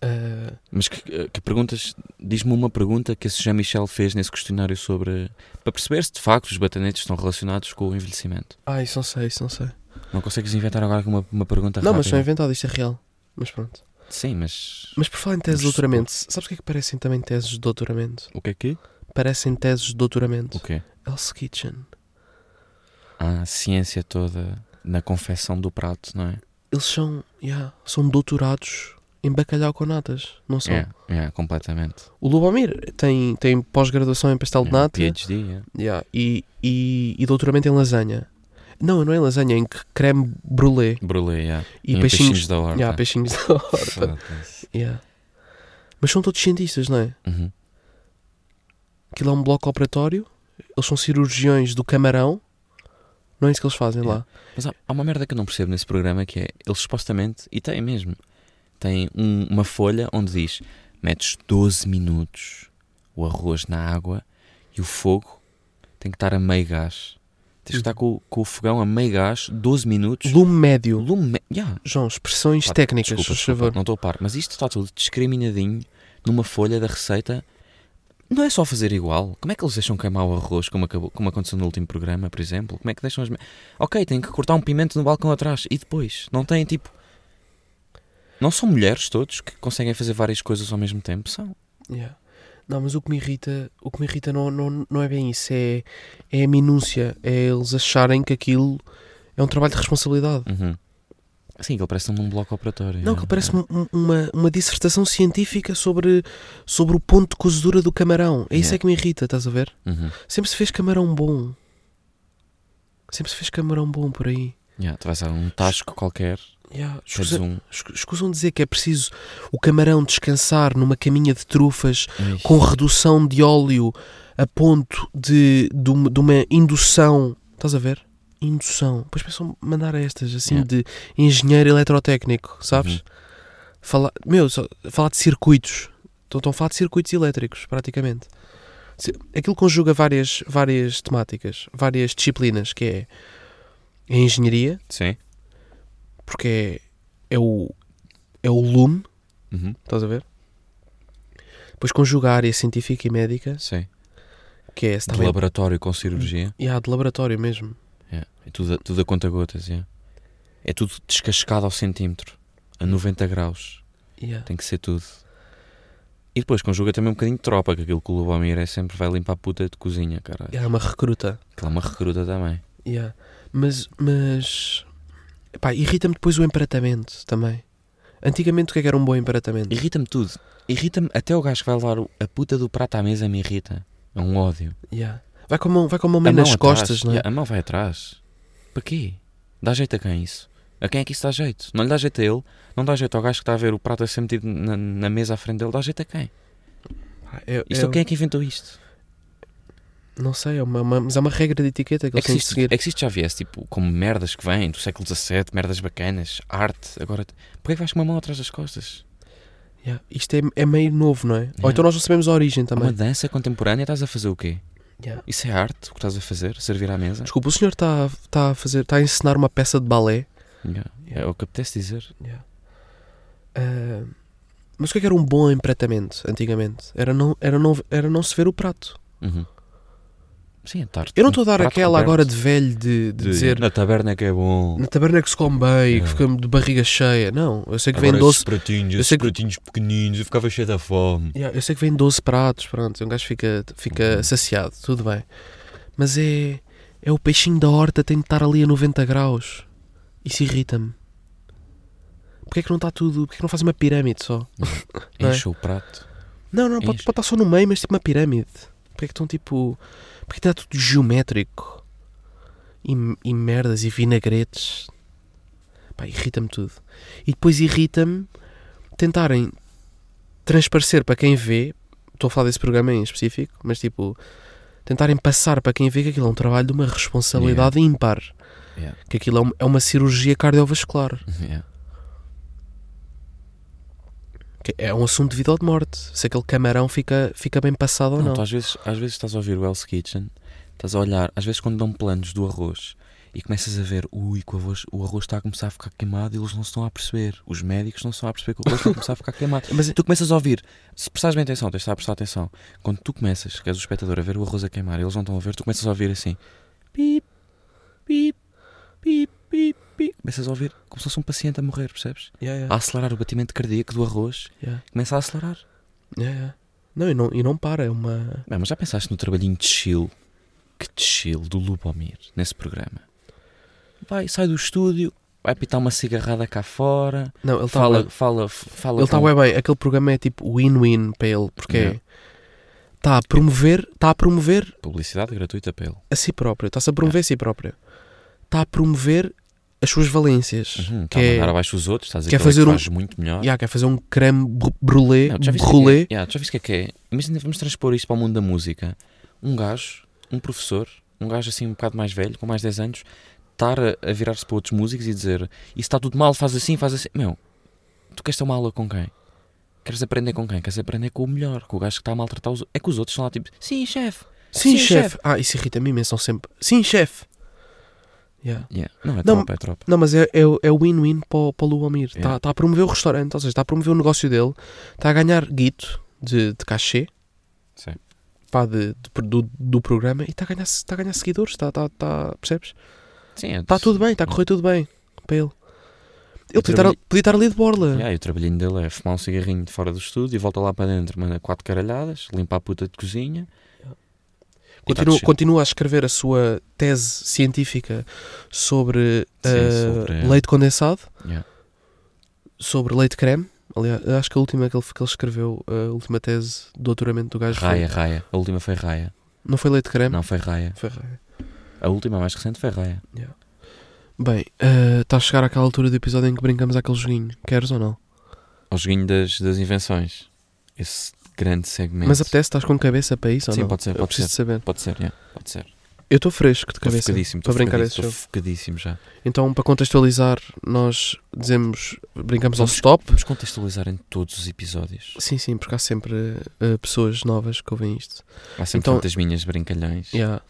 Speaker 3: Ah,
Speaker 2: Mas que, que perguntas, diz-me uma pergunta que esse Jean-Michel fez nesse questionário sobre. para perceber se de facto os batanetes estão relacionados com o envelhecimento.
Speaker 3: ah, isso não sei, isso não sei.
Speaker 2: Não consegues inventar agora uma, uma pergunta
Speaker 3: não, mas
Speaker 2: rápida?
Speaker 3: são inventado, isto é real. Mas pronto.
Speaker 2: Sim, mas.
Speaker 3: Mas por falar em teses de
Speaker 2: Mas-
Speaker 3: doutoramento, sabes o que é que parecem também teses de doutoramento?
Speaker 2: O que é que?
Speaker 3: Parecem teses de doutoramento.
Speaker 2: O quê?
Speaker 3: Else Kitchen.
Speaker 2: Ah, A ciência toda na confecção do prato, não é?
Speaker 3: Eles são, yeah, são doutorados em bacalhau com natas, não são?
Speaker 2: É, é, completamente.
Speaker 3: O Lubomir tem, tem pós-graduação em pastel de
Speaker 2: É,
Speaker 3: nata
Speaker 2: PhD, é.
Speaker 3: yeah, e, e, e doutoramento em lasanha. Não, não é em lasanha, é em c- creme brulee
Speaker 2: Brulé, é.
Speaker 3: e,
Speaker 2: em
Speaker 3: peixinhos.
Speaker 2: da horta.
Speaker 3: yeah, peixinhos da horta.
Speaker 2: Foda-se.
Speaker 3: *laughs* Yeah. Mas são todos cientistas, não é?
Speaker 2: Uhum.
Speaker 3: Aquilo é um bloco operatório, eles são cirurgiões do camarão, não é isso que eles fazem lá.
Speaker 2: Mas há, há uma merda que eu não percebo nesse programa que é, eles supostamente, e tem mesmo, tem um- uma folha onde diz, metes 12 minutos o arroz na água e o fogo tem que estar a meio gás. Tens que estar com, o- com o fogão a meio gás 12 minutos.
Speaker 3: Lume médio.
Speaker 2: Lume... me- Yeah.
Speaker 3: João, expressões
Speaker 2: Pá,
Speaker 3: técnicas,
Speaker 2: Ah, Desculpa,
Speaker 3: por
Speaker 2: desculpa,
Speaker 3: favor.
Speaker 2: não estou a par. Mas isto está tudo discriminadinho numa folha da receita. Não é só fazer igual. Como é que eles deixam queimar o arroz, como, acabou, como aconteceu no último programa, por exemplo? Como é que deixam as. me- Ok, têm que cortar um pimento no balcão atrás. E depois? Não têm tipo. Não são mulheres todos que conseguem fazer várias coisas ao mesmo tempo? São.
Speaker 3: Yeah. Não, mas o que me irrita, o que me irrita não, não, não é bem isso, é, é a minúcia, é eles acharem que aquilo é um trabalho de responsabilidade.
Speaker 2: Uhum. Sim, que ele parece num bloco operatório.
Speaker 3: Não, que parece um- um- uma, uma dissertação científica sobre, sobre o ponto de cozedura do camarão. É isso
Speaker 2: Yeah.
Speaker 3: é que me irrita, estás a ver?
Speaker 2: Uhum.
Speaker 3: Sempre se fez camarão bom. Sempre se fez camarão bom por aí.
Speaker 2: Yeah, tu vais a um tasco qualquer,
Speaker 3: Yeah.
Speaker 2: fazes
Speaker 3: Escusa-
Speaker 2: um.
Speaker 3: escu- Escusam dizer que é preciso o camarão descansar numa caminha de trufas
Speaker 2: Ai,
Speaker 3: com redução de óleo a ponto de, de, uma, de uma indução. Estás a ver? Indução. Depois pensam mandar a estas, assim,
Speaker 2: Yeah.
Speaker 3: de engenheiro eletrotécnico, sabes?
Speaker 2: Uhum.
Speaker 3: Falar, meu, só, falar de circuitos. Então, Estão, estão a falar de circuitos elétricos, praticamente. Se- Aquilo conjuga várias, várias temáticas, várias disciplinas, que é a engenharia,
Speaker 2: Sim.
Speaker 3: porque é, é, o, é o lume,
Speaker 2: Uhum.
Speaker 3: estás a ver? Depois conjuga a área científica e médica,
Speaker 2: Sim.
Speaker 3: que é, se
Speaker 2: De
Speaker 3: está bem
Speaker 2: laboratório com cirurgia.
Speaker 3: Yeah, de laboratório mesmo.
Speaker 2: É, é tudo, a- tudo a conta gotas, é. É tudo descascado ao centímetro, a 90 graus.
Speaker 3: Yeah.
Speaker 2: Tem que ser tudo. E depois conjuga também um bocadinho de tropa, que aquilo que o Lubomir é sempre vai limpar a puta de cozinha, cara.
Speaker 3: É uma recruta.
Speaker 2: Aquilo é uma recruta também.
Speaker 3: Yeah. Mas, mas... Pá, irrita-me depois o empratamento também. Antigamente o que é que era um bom empratamento?
Speaker 2: Irrita-me tudo. Irrita-me até o gajo que vai levar o- a puta do prato à mesa me irrita. É um ódio.
Speaker 3: Yeah. Vai com a mão, vai com a mão
Speaker 2: A
Speaker 3: meio
Speaker 2: mão
Speaker 3: nas
Speaker 2: atrás,
Speaker 3: costas, não é?
Speaker 2: yeah, A mão vai atrás. Para quê? Dá jeito a quem isso? A quem é que isso dá jeito? Não lhe dá jeito a ele, não dá jeito ao gajo que está a ver o prato a ser metido na, na mesa à frente dele, dá jeito a quem?
Speaker 3: Pá, é-
Speaker 2: Isto
Speaker 3: é-
Speaker 2: quem é que inventou isto?
Speaker 3: Não sei, é uma, uma- mas há uma regra de etiqueta
Speaker 2: É
Speaker 3: que eles
Speaker 2: que,
Speaker 3: têm de
Speaker 2: isto,
Speaker 3: seguir.
Speaker 2: é que isto já viesse, tipo, como merdas que vêm do século XVII, merdas bacanas, arte, agora... Porquê é que vais com uma mão atrás das costas?
Speaker 3: Yeah. Isto é, é meio novo, não é? Ou
Speaker 2: Yeah.
Speaker 3: então nós não sabemos a origem
Speaker 2: Há
Speaker 3: também.
Speaker 2: Uma dança contemporânea, estás a fazer o quê?
Speaker 3: Yeah.
Speaker 2: Isso é arte, o que estás a fazer? Servir à mesa?
Speaker 3: Desculpa, o senhor está tá a fazer, está a encenar uma peça de balé.
Speaker 2: Yeah, É o que apetece dizer.
Speaker 3: Yeah. Ah, mas o que é que era um bom empratamento antigamente? Era não, era não, era não se ver o prato.
Speaker 2: Uhum. Sim, tarde.
Speaker 3: Eu não estou a dar aquela agora de velho de, de dizer
Speaker 2: Na taberna é que é bom. É.
Speaker 3: na taberna que se come bem e que ficamos de barriga cheia. Não, eu sei que vem
Speaker 2: Agora
Speaker 3: 12.
Speaker 2: esses pratinhos,
Speaker 3: eu
Speaker 2: esses
Speaker 3: sei que-
Speaker 2: pratinhos pequeninos, eu ficava cheio da fome. Uhum.
Speaker 3: Yeah, eu sei que vem 12 pratos, pronto, um gajo fica, fica saciado, tudo bem. Mas é, é o peixinho da horta tem de estar ali a 90 graus. Isso irrita-me. Porquê é que não está tudo? Porquê é que não faz uma pirâmide só? Não é?
Speaker 2: Enche o prato. *laughs*
Speaker 3: Não, não, pode,
Speaker 2: Enche.
Speaker 3: pode estar só no meio, mas tipo uma pirâmide. Porquê é que estão tipo. Porquê que está tudo geométrico? E, e merdas e vinagretes. Pá, irrita-me tudo. E depois irrita-me tentarem transparecer para quem vê. Estou a falar desse programa em específico, mas tipo. Tentarem passar para quem vê que aquilo é um trabalho de uma responsabilidade ímpar.
Speaker 2: Yeah.
Speaker 3: Que aquilo é um- é uma cirurgia cardiovascular.
Speaker 2: Yeah.
Speaker 3: Que é um assunto de vida ou de morte. Se aquele camarão fica, fica bem passado ou
Speaker 2: Não,
Speaker 3: não.
Speaker 2: tu às vezes, às vezes estás a ouvir o Hell's Kitchen, estás a olhar, às vezes quando dão planos do arroz e começas a ver, ui, que o arroz, o arroz está a começar a ficar queimado e eles não se estão a perceber. Os médicos não se estão a perceber que o arroz está a começar a ficar queimado. *laughs*
Speaker 3: Mas-
Speaker 2: Mas tu começas a ouvir, se prestares bem atenção, tens de estar a prestar atenção. Quando tu começas, que és o espectador, a ver o arroz a queimar e eles não estão a ver, tu começas a ouvir assim, pip, pip, pip, pip, pip. Começas a ouvir como se fosse um paciente a morrer, percebes?
Speaker 3: Yeah, yeah.
Speaker 2: A acelerar o batimento cardíaco do arroz,
Speaker 3: Yeah.
Speaker 2: começa a acelerar.
Speaker 3: Yeah, yeah. Não, e não, e não para, é uma.
Speaker 2: Bem, mas já pensaste no trabalhinho de chill? Que chill do Lubomir nesse programa? Vai, sai do estúdio, vai pitar uma cigarrada cá fora,
Speaker 3: Não, ele está
Speaker 2: fala,
Speaker 3: tá
Speaker 2: fala, f- fala.
Speaker 3: ele tá
Speaker 2: com-
Speaker 3: bué bem. Aquele programa é tipo win-win para ele, porque
Speaker 2: Yeah.
Speaker 3: está a promover, está a promover
Speaker 2: Publicidade gratuita para ele.
Speaker 3: a si próprio, está-se a promover a si próprio. Está a promover as suas valências,
Speaker 2: Uhum,
Speaker 3: que
Speaker 2: está a
Speaker 3: é,
Speaker 2: mandar abaixo os outros, estás a
Speaker 3: quer
Speaker 2: dizer que ele é
Speaker 3: fazer
Speaker 2: que faz
Speaker 3: um-
Speaker 2: muito melhor.
Speaker 3: yeah, quer fazer um creme br- brûlé,
Speaker 2: Não, tu já viste o que é que
Speaker 3: brûlé.
Speaker 2: é? Yeah, tu já viste o que é que é? Imagina, vamos transpor isto para o mundo da música. Um gajo, um professor, um gajo assim um bocado mais velho, com mais 10 anos, estar a, a virar-se para outros músicos e dizer isso está tudo mal, faz assim, faz assim. Meu, tu queres ter uma aula com quem? Queres aprender com quem? Queres aprender com o melhor, com o gajo que está a maltratar os outros. É que os outros são lá tipo, sim, chefe.
Speaker 3: Sim,
Speaker 2: Sim,
Speaker 3: chefe.
Speaker 2: chefe.
Speaker 3: Ah, isso irrita-me imenso, são sempre. Sim, chefe. Yeah.
Speaker 2: Yeah. Não, é
Speaker 3: Não,
Speaker 2: tropa, é tropa.
Speaker 3: Não, mas é, é, é win-win para o, para o Luomir. Está
Speaker 2: Yeah.
Speaker 3: tá a promover o restaurante, ou seja, está a promover o negócio dele, está a ganhar guito de, de cachê.
Speaker 2: Sim.
Speaker 3: pá, de, de- do, do programa e está a ganhar, tá a ganhar seguidores, tá, tá, tá, percebes?
Speaker 2: Sim, é-
Speaker 3: Está tudo bem, está a correr tudo bem para ele. Ele
Speaker 2: Eu
Speaker 3: podia estar,
Speaker 2: trabalhei-
Speaker 3: podia estar ali de borla.
Speaker 2: Yeah, e o trabalhinho dele é fumar um cigarrinho de fora do estúdio e volta lá para dentro, manda quatro caralhadas, limpa a puta de cozinha. E tá de
Speaker 3: tá Continua,
Speaker 2: chill.
Speaker 3: continua a escrever a sua tese científica sobre,
Speaker 2: Sim,
Speaker 3: eh,
Speaker 2: sobre-
Speaker 3: leite condensado,
Speaker 2: Yeah.
Speaker 3: sobre leite creme. Aliás, eu acho que a última que ele, que ele escreveu, a última tese de doutoramento do gajo, foi-
Speaker 2: Raia, raia. A última foi É. raia.
Speaker 3: não foi leite creme?
Speaker 2: Não, foi raia.
Speaker 3: Foi raia.
Speaker 2: A última, a mais recente, foi raia.
Speaker 3: Bem, eh, está a chegar àquela altura do episódio em que brincamos aquele joguinho. Queres ou não?
Speaker 2: Ao joguinho das, das invenções. Esse grande segmento.
Speaker 3: Mas apetece, estás com cabeça para isso ou
Speaker 2: Sim,
Speaker 3: não?
Speaker 2: pode ser,
Speaker 3: Eu
Speaker 2: pode
Speaker 3: preciso
Speaker 2: ser.
Speaker 3: de saber.
Speaker 2: Pode ser, yeah, pode ser.
Speaker 3: Eu estou fresco de
Speaker 2: Estou
Speaker 3: cabeça
Speaker 2: focadíssimo.
Speaker 3: para
Speaker 2: estou
Speaker 3: brincar
Speaker 2: focadíssimo,
Speaker 3: esse jogo.
Speaker 2: Estou focadíssimo já.
Speaker 3: Então, para contextualizar, nós dizemos, brincamos ao
Speaker 2: Vamos-
Speaker 3: stop.
Speaker 2: Vamos contextualizar em todos os episódios.
Speaker 3: Sim, sim, porque há sempre eh, pessoas novas que ouvem isto.
Speaker 2: Há sempre
Speaker 3: Então-
Speaker 2: tantas minhas brincalhões.
Speaker 3: Yeah.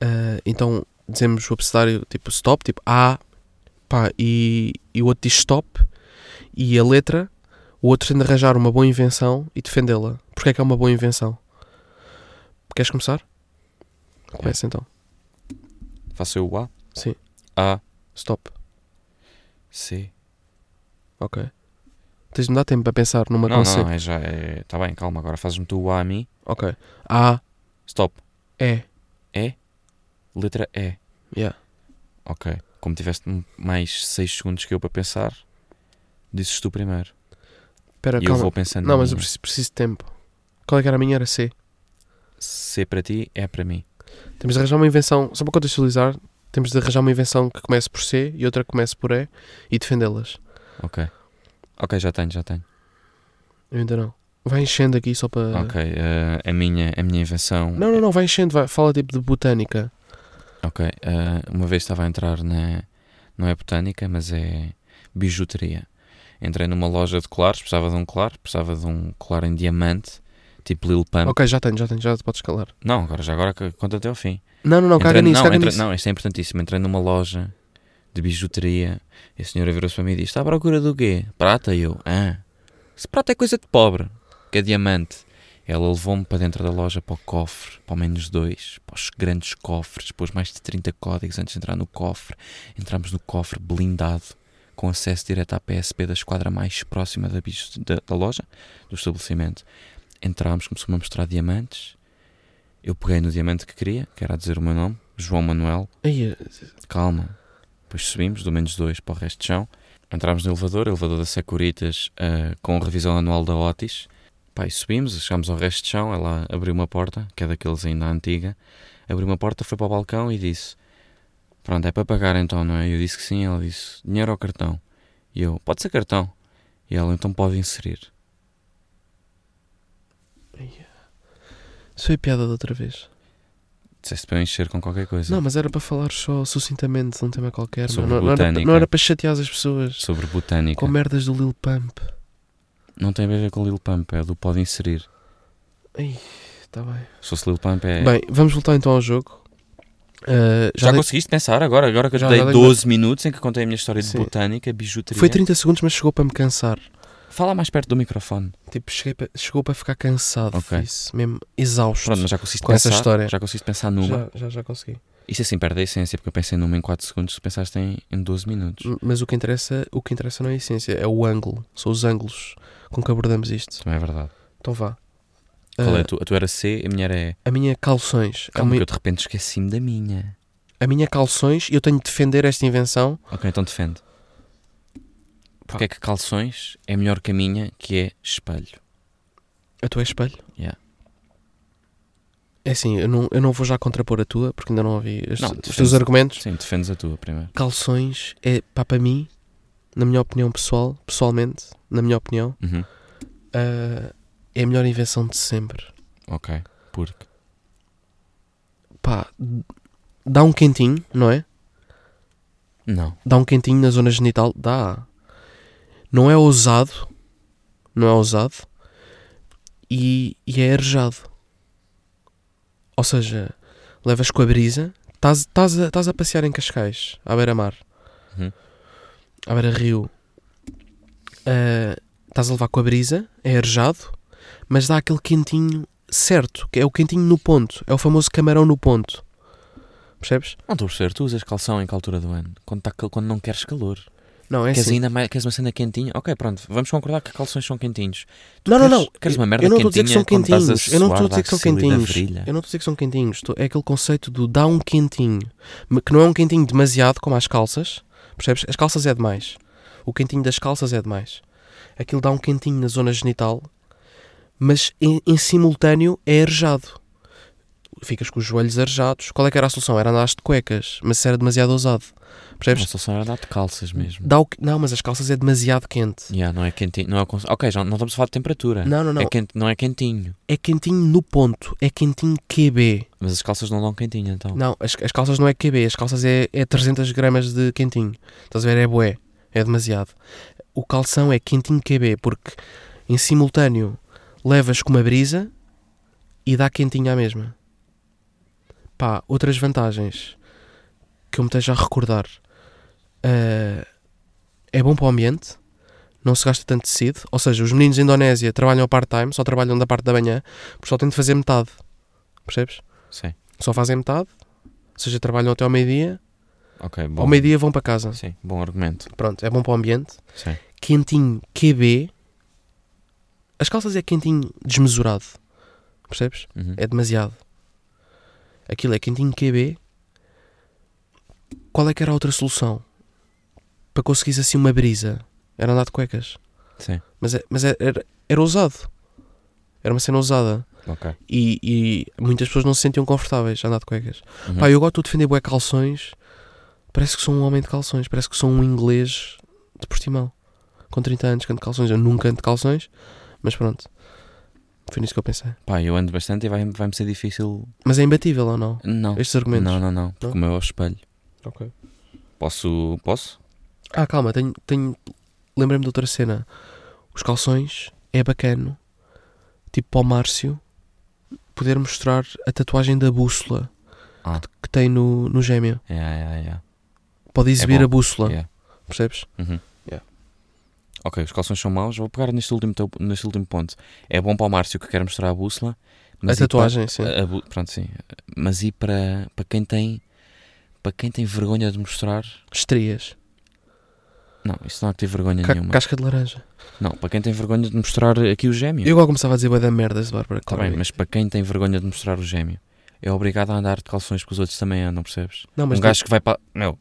Speaker 3: Eh, então, dizemos o abecedário tipo stop, tipo A, pá, e, e o outro diz stop, e a letra, o outro tem de arranjar uma boa invenção e defendê-la. Porquê é que é uma boa invenção? Queres começar? Começa então.
Speaker 2: Faço eu o A.
Speaker 3: Sim.
Speaker 2: A,
Speaker 3: Stop.
Speaker 2: C.
Speaker 3: Ok. Tens de me dar tempo para pensar numa
Speaker 2: não, não,
Speaker 3: conceito.
Speaker 2: não, é já. É... Tá bem, calma. Agora fazes-me tu o A a mim.
Speaker 3: Ok. A,
Speaker 2: Stop.
Speaker 3: E.
Speaker 2: Letra E.
Speaker 3: Yeah.
Speaker 2: Ok. Como tiveste m- mais 6 segundos que eu para pensar, dizes tu primeiro.
Speaker 3: Espera,
Speaker 2: e eu
Speaker 3: Ah, calma.
Speaker 2: vou pensando.
Speaker 3: Não,
Speaker 2: na
Speaker 3: mas eu
Speaker 2: minha.
Speaker 3: preciso, preciso de tempo. Qual é que era a minha? Era C.
Speaker 2: C para ti, é para mim.
Speaker 3: Temos de arranjar uma invenção, só para contextualizar, temos de arranjar uma invenção que comece por C e outra que comece por E e defendê-las.
Speaker 2: Ok, já tenho, já tenho.
Speaker 3: Eu ainda não. Vai enchendo aqui só para.
Speaker 2: Ok, eh, a, minha, a minha invenção.
Speaker 3: Uhum. Não, não, não, vai enchendo, vai- fala tipo de botânica.
Speaker 2: Ok, eh, uma vez estava a entrar na. Não é botânica, mas é bijuteria. Entrei numa loja de colares, precisava de um colar, precisava de um colar em diamante, tipo Lil Pump.
Speaker 3: Ok, já tenho, já tenho, já te podes calar.
Speaker 2: Não, agora já agora que- conta até ao fim.
Speaker 3: Não, não, não, caga
Speaker 2: Entrei-
Speaker 3: nisso,
Speaker 2: não,
Speaker 3: caga
Speaker 2: entrei-
Speaker 3: nisso.
Speaker 2: não, isto é importantíssimo. Entrei numa loja de bijuteria e a senhora virou-se para mim e disse: Está à procura do quê? Prata? E eu: Ah, se prata é coisa de pobre, que é diamante. Ela levou-me para dentro da loja, para o cofre, para o menos dois, para os grandes cofres, pôs mais de 30 códigos antes de entrar no cofre. Entramos no cofre blindado, com acesso direto à PSP da esquadra mais próxima da, bijo- da- da loja, do estabelecimento. Entramos, começou-me a mostrar diamantes. Eu peguei no diamante que queria, que era dizer o meu nome, João Manuel,
Speaker 3: Aí,
Speaker 2: calma. Depois subimos, do menos dois para o resto de chão. Entramos no elevador, elevador da Securitas, ah, com a revisão anual da Otis. Pá, e subimos, chegámos ao resto de chão, ela abriu uma porta, que é daqueles ainda à antiga. Abriu uma porta, foi para o balcão e disse... Pronto, é para pagar então, não é? Eu disse que sim, ela disse... Dinheiro ou cartão? E eu, pode ser cartão. E ela, então pode inserir.
Speaker 3: isso foi piada da outra vez.
Speaker 2: Disseste para eu encher com qualquer coisa.
Speaker 3: Não, mas era para falar só sucintamente de um tema qualquer.
Speaker 2: é. Sobre
Speaker 3: mano. Não, não era, pa-
Speaker 2: botânica.
Speaker 3: não era para chatear as pessoas
Speaker 2: Sobre botânica.
Speaker 3: com merdas do Lil Pump.
Speaker 2: Não tem a ver com Lil Pump, é do pode inserir.
Speaker 3: Tá bem.
Speaker 2: Se fosse Lil Pump é...
Speaker 3: Bem, vamos voltar então ao jogo. Ah,
Speaker 2: Já,
Speaker 3: já dei-
Speaker 2: conseguiste pensar agora? Agora que eu já,
Speaker 3: Já,
Speaker 2: dei
Speaker 3: já dei-
Speaker 2: 12 minutos em que contei a minha história de
Speaker 3: Sim.
Speaker 2: botânica, bijuteria.
Speaker 3: Foi 30 segundos, mas chegou para me cansar.
Speaker 2: Fala mais perto do microfone.
Speaker 3: Tipo, cheguei pa- chegou para ficar cansado.
Speaker 2: Ok.
Speaker 3: Isso, mesmo exausto.
Speaker 2: Pronto, mas já conseguiste
Speaker 3: Com essa
Speaker 2: pensar.
Speaker 3: história.
Speaker 2: Já conseguiste pensar numa.
Speaker 3: já, já, já consegui.
Speaker 2: Isso assim perde a essência, porque eu pensei numa em 4 segundos, tu pensaste em, em 12 minutos.
Speaker 3: Mas o que, interessa, o que interessa não é a essência, é o ângulo. São os ângulos com que abordamos isto.
Speaker 2: Também é verdade.
Speaker 3: Então vá.
Speaker 2: Qual é
Speaker 3: Ah,
Speaker 2: a tua? A tua era C, a minha era E.
Speaker 3: a minha calções. A,
Speaker 2: Calma,
Speaker 3: mi-
Speaker 2: que eu de repente esqueci-me da minha.
Speaker 3: a minha calções, e eu tenho de defender esta invenção.
Speaker 2: Ok, então defende. Porque é que calções é melhor que a minha, que é espelho.
Speaker 3: A tua é espelho?
Speaker 2: Yeah.
Speaker 3: É assim, eu não, eu não vou já contrapor a tua, porque ainda não ouvi os,
Speaker 2: Não,
Speaker 3: os
Speaker 2: defende.
Speaker 3: teus argumentos.
Speaker 2: Sim, defendes a tua primeiro.
Speaker 3: Calções é, pá, para mim, na minha opinião pessoal, pessoalmente, na minha opinião,
Speaker 2: Uhum.
Speaker 3: ah, é a melhor invenção de sempre.
Speaker 2: Ok, porque.
Speaker 3: Pá, d- dá um quentinho, não é?
Speaker 2: Não.
Speaker 3: dá um quentinho na zona genital, dá. Não é ousado, não é ousado e, e é arejado. Ou seja, levas com a brisa, estás, estás, a, estás a passear em Cascais, à beira-mar,
Speaker 2: Uhum.
Speaker 3: à beira-rio. Ah, estás a levar com a brisa, é arejado, mas dá aquele quentinho certo, que é o quentinho no ponto, é o famoso camarão no ponto. Percebes?
Speaker 2: Não estou a perceber, tu usas calção em que altura do ano? Quando, tá cal- quando não queres calor.
Speaker 3: Não, é
Speaker 2: queres
Speaker 3: assim.
Speaker 2: ainda mais, queres uma cena quentinha? Ok, pronto, vamos concordar que calções são quentinhos. Tu
Speaker 3: Não, não,
Speaker 2: queres-
Speaker 3: não.
Speaker 2: Queres
Speaker 3: Eu-
Speaker 2: uma merda
Speaker 3: eu não estou a
Speaker 2: quentinha
Speaker 3: dizer que são
Speaker 2: quando estás a
Speaker 3: quentinhos. Eu não estou a
Speaker 2: suar
Speaker 3: dizer que
Speaker 2: da
Speaker 3: são
Speaker 2: axila e da
Speaker 3: quentinhos.
Speaker 2: virilha?
Speaker 3: Eu não estou a dizer que são quentinhos. Estou- É aquele conceito do dá um quentinho. mas Que não é um quentinho demasiado como as calças. Percebes? As calças é demais. O quentinho das calças é demais. Aquilo dá um quentinho na zona genital, mas em, em simultâneo é arejado. Ficas com os joelhos arejados. Qual é que era a solução? Era andares de cuecas, mas isso era demasiado ousado. Percebes?
Speaker 2: Não, só são andar de calças mesmo.
Speaker 3: Dá o que- Não, mas as calças é demasiado quente.
Speaker 2: Yeah, não é quentinho. Não é, cons- ok, já não estamos a falar de temperatura.
Speaker 3: Não, não, não.
Speaker 2: É quente, não é quentinho.
Speaker 3: É quentinho no ponto. É quentinho QB.
Speaker 2: Mas as calças não dão quentinho então.
Speaker 3: Não, as, as calças não é QB, as calças é, é 300 gramas de quentinho. Estás a ver? É bué, é demasiado. O calção é quentinho QB, porque em simultâneo levas com uma brisa e dá quentinho à mesma. Pá, outras vantagens que eu me esteja a recordar. Ah, é bom para o ambiente, não se gasta tanto tecido. Ou seja, os meninos da Indonésia trabalham part-time, só trabalham da parte da manhã, porque só têm de fazer metade. Percebes?
Speaker 2: Sim.
Speaker 3: só fazem metade, ou seja, trabalham até ao meio-dia,
Speaker 2: Ok, bom.
Speaker 3: ao meio-dia vão para casa.
Speaker 2: Sim, bom argumento.
Speaker 3: Pronto, é bom para o ambiente.
Speaker 2: Sim.
Speaker 3: Quentinho QB, as calças é quentinho desmesurado, percebes?
Speaker 2: Uhum.
Speaker 3: É demasiado. Aquilo é quentinho QB. Qual é que era a outra solução? Para conseguires assim uma brisa, era andar de cuecas.
Speaker 2: Sim.
Speaker 3: Mas, é- mas é- era, era ousado. Era uma cena ousada.
Speaker 2: Ok.
Speaker 3: E, e muitas pessoas não se sentiam confortáveis a andar de cuecas.
Speaker 2: Uhum.
Speaker 3: Pá, eu gosto de defender bué calções. Parece que sou um homem de calções. Parece que sou um inglês de Portimão. Com 30 anos, canto calções. Eu nunca ando de calções. Mas pronto. Foi nisso que eu pensei.
Speaker 2: Pá, eu ando bastante e vai- vai-me ser difícil.
Speaker 3: Mas é imbatível ou não?
Speaker 2: Não.
Speaker 3: Estes argumentos.
Speaker 2: Não, não, não. Porque o meu é o espelho. Posso. Posso?
Speaker 3: Ah, calma. Tenho, tenho... Lembrei-me de outra cena. Os calções é bacano. Tipo para o Márcio. Poder mostrar a tatuagem da bússola
Speaker 2: Ah.
Speaker 3: que, que tem no, no gêmeo.
Speaker 2: É, é, é.
Speaker 3: Pode exibir
Speaker 2: bom.
Speaker 3: a bússola.
Speaker 2: Yeah.
Speaker 3: Percebes?
Speaker 2: Uhum.
Speaker 3: Yeah.
Speaker 2: Ok, os calções são maus, vou pegar neste último, teu- neste último ponto. É bom para o Márcio que quer mostrar a bússola.
Speaker 3: A
Speaker 2: e eh, para-
Speaker 3: tatuagem, sim.
Speaker 2: a bu- pronto, sim. Mas e para, para quem tem para quem tem vergonha de mostrar?
Speaker 3: Estrias.
Speaker 2: Não, isso não há que ter vergonha
Speaker 3: Ca-
Speaker 2: nenhuma.
Speaker 3: casca de laranja.
Speaker 2: Não, para quem tem vergonha de mostrar aqui o gêmeo.
Speaker 3: Eu igual começava a dizer bué da merdas de Bárbara
Speaker 2: Tá
Speaker 3: Corby.
Speaker 2: bem, mas para quem tem vergonha de mostrar o gêmeo, é obrigado a andar de calções que os outros também andam, percebes?
Speaker 3: Não, é mas
Speaker 2: um gajo que vai para. Meu,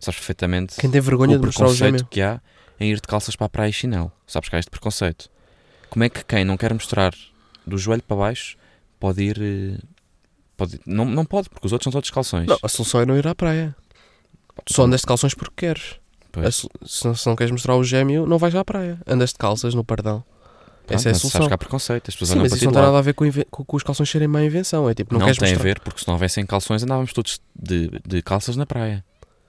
Speaker 2: sabes perfeitamente
Speaker 3: quem tem vergonha
Speaker 2: o
Speaker 3: de mostrar o
Speaker 2: preconceito
Speaker 3: gêmeo.
Speaker 2: que há em ir de calças para a praia e chinelo. Sabes que há este preconceito. Como é que quem não quer mostrar do joelho para baixo pode ir. eh, Pode, não, não pode, porque os outros são todos calções.
Speaker 3: Não, a solução é não ir à praia. Tu só andas de calções porque queres.
Speaker 2: Pois.
Speaker 3: A sol- Se, não- se não queres mostrar o gêmeo, não vais à praia. Andas de calças no pardão.
Speaker 2: Pronto,
Speaker 3: Essa é a
Speaker 2: mas
Speaker 3: solução.
Speaker 2: Sabes que há preconceito, as pessoas
Speaker 3: Sim,
Speaker 2: andam
Speaker 3: mas
Speaker 2: para
Speaker 3: isso não
Speaker 2: todo
Speaker 3: tem
Speaker 2: lado.
Speaker 3: nada a ver com, inven- com, com os calções serem má invenção. É tipo, não,
Speaker 2: Não,
Speaker 3: queres
Speaker 2: tem
Speaker 3: mostrar.
Speaker 2: a ver, porque se não houvessem calções andávamos todos de, de calças na praia.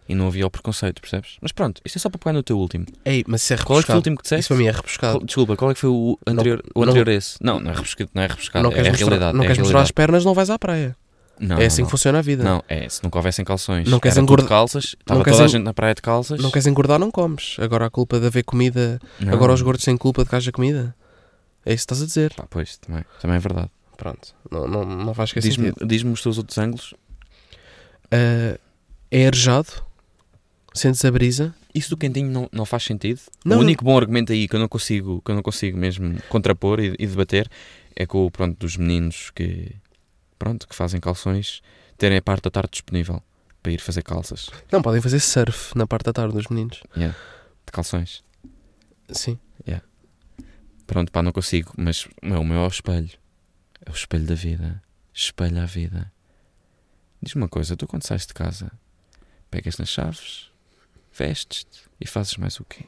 Speaker 2: E não havia o preconceito, percebes? Mas pronto, isto é só para pegar no teu último.
Speaker 3: Ei, mas isso é
Speaker 2: Qual é que foi o
Speaker 3: rebuscado.
Speaker 2: último que disseste?
Speaker 3: Isso para mim é
Speaker 2: Qual-
Speaker 3: rebuscado.
Speaker 2: Desculpa, qual é que foi o anterior, o
Speaker 3: não-
Speaker 2: anterior a esse? Não, não é rebuscado, não é rebuscado,
Speaker 3: não
Speaker 2: é, a
Speaker 3: queres, mostrar,
Speaker 2: realidade. é
Speaker 3: não
Speaker 2: a
Speaker 3: queres mostrar as
Speaker 2: realidade.
Speaker 3: pernas, não vais à praia.
Speaker 2: Não,
Speaker 3: é assim
Speaker 2: não,
Speaker 3: que funciona a vida.
Speaker 2: Não, é, se nunca houvessem calções,
Speaker 3: Não
Speaker 2: não
Speaker 3: queres
Speaker 2: era tudo
Speaker 3: engorda-
Speaker 2: de calças, estava
Speaker 3: queres
Speaker 2: toda a
Speaker 3: en-
Speaker 2: gente na praia de calças.
Speaker 3: Não queres engordar, não comes. Agora a culpa de haver comida.
Speaker 2: Não.
Speaker 3: Agora os gordos têm culpa de que haja comida. É isso que estás a dizer.
Speaker 2: Pá, pois, também, também é verdade.
Speaker 3: Pronto. Não, não, não vais esquecer.
Speaker 2: Diz-me diz-me os teus outros ângulos.
Speaker 3: Ah, é arejado. Sentes a brisa.
Speaker 2: Isso do quentinho não, não faz sentido?
Speaker 3: Não,
Speaker 2: o único bom argumento aí que eu não consigo, que eu não consigo mesmo contrapor e, e debater é com o pronto dos meninos que pronto, que fazem calções terem a parte da tarde disponível para ir fazer calças
Speaker 3: Não, podem fazer surf na parte da tarde dos meninos.
Speaker 2: de calções.
Speaker 3: Sim.
Speaker 2: Pronto, pá, não consigo, mas meu, o meu é o espelho. É o espelho da vida. Espelha a vida. Diz-me uma coisa, tu quando sais de casa, pegas nas chaves, vestes-te e fazes mais o quê?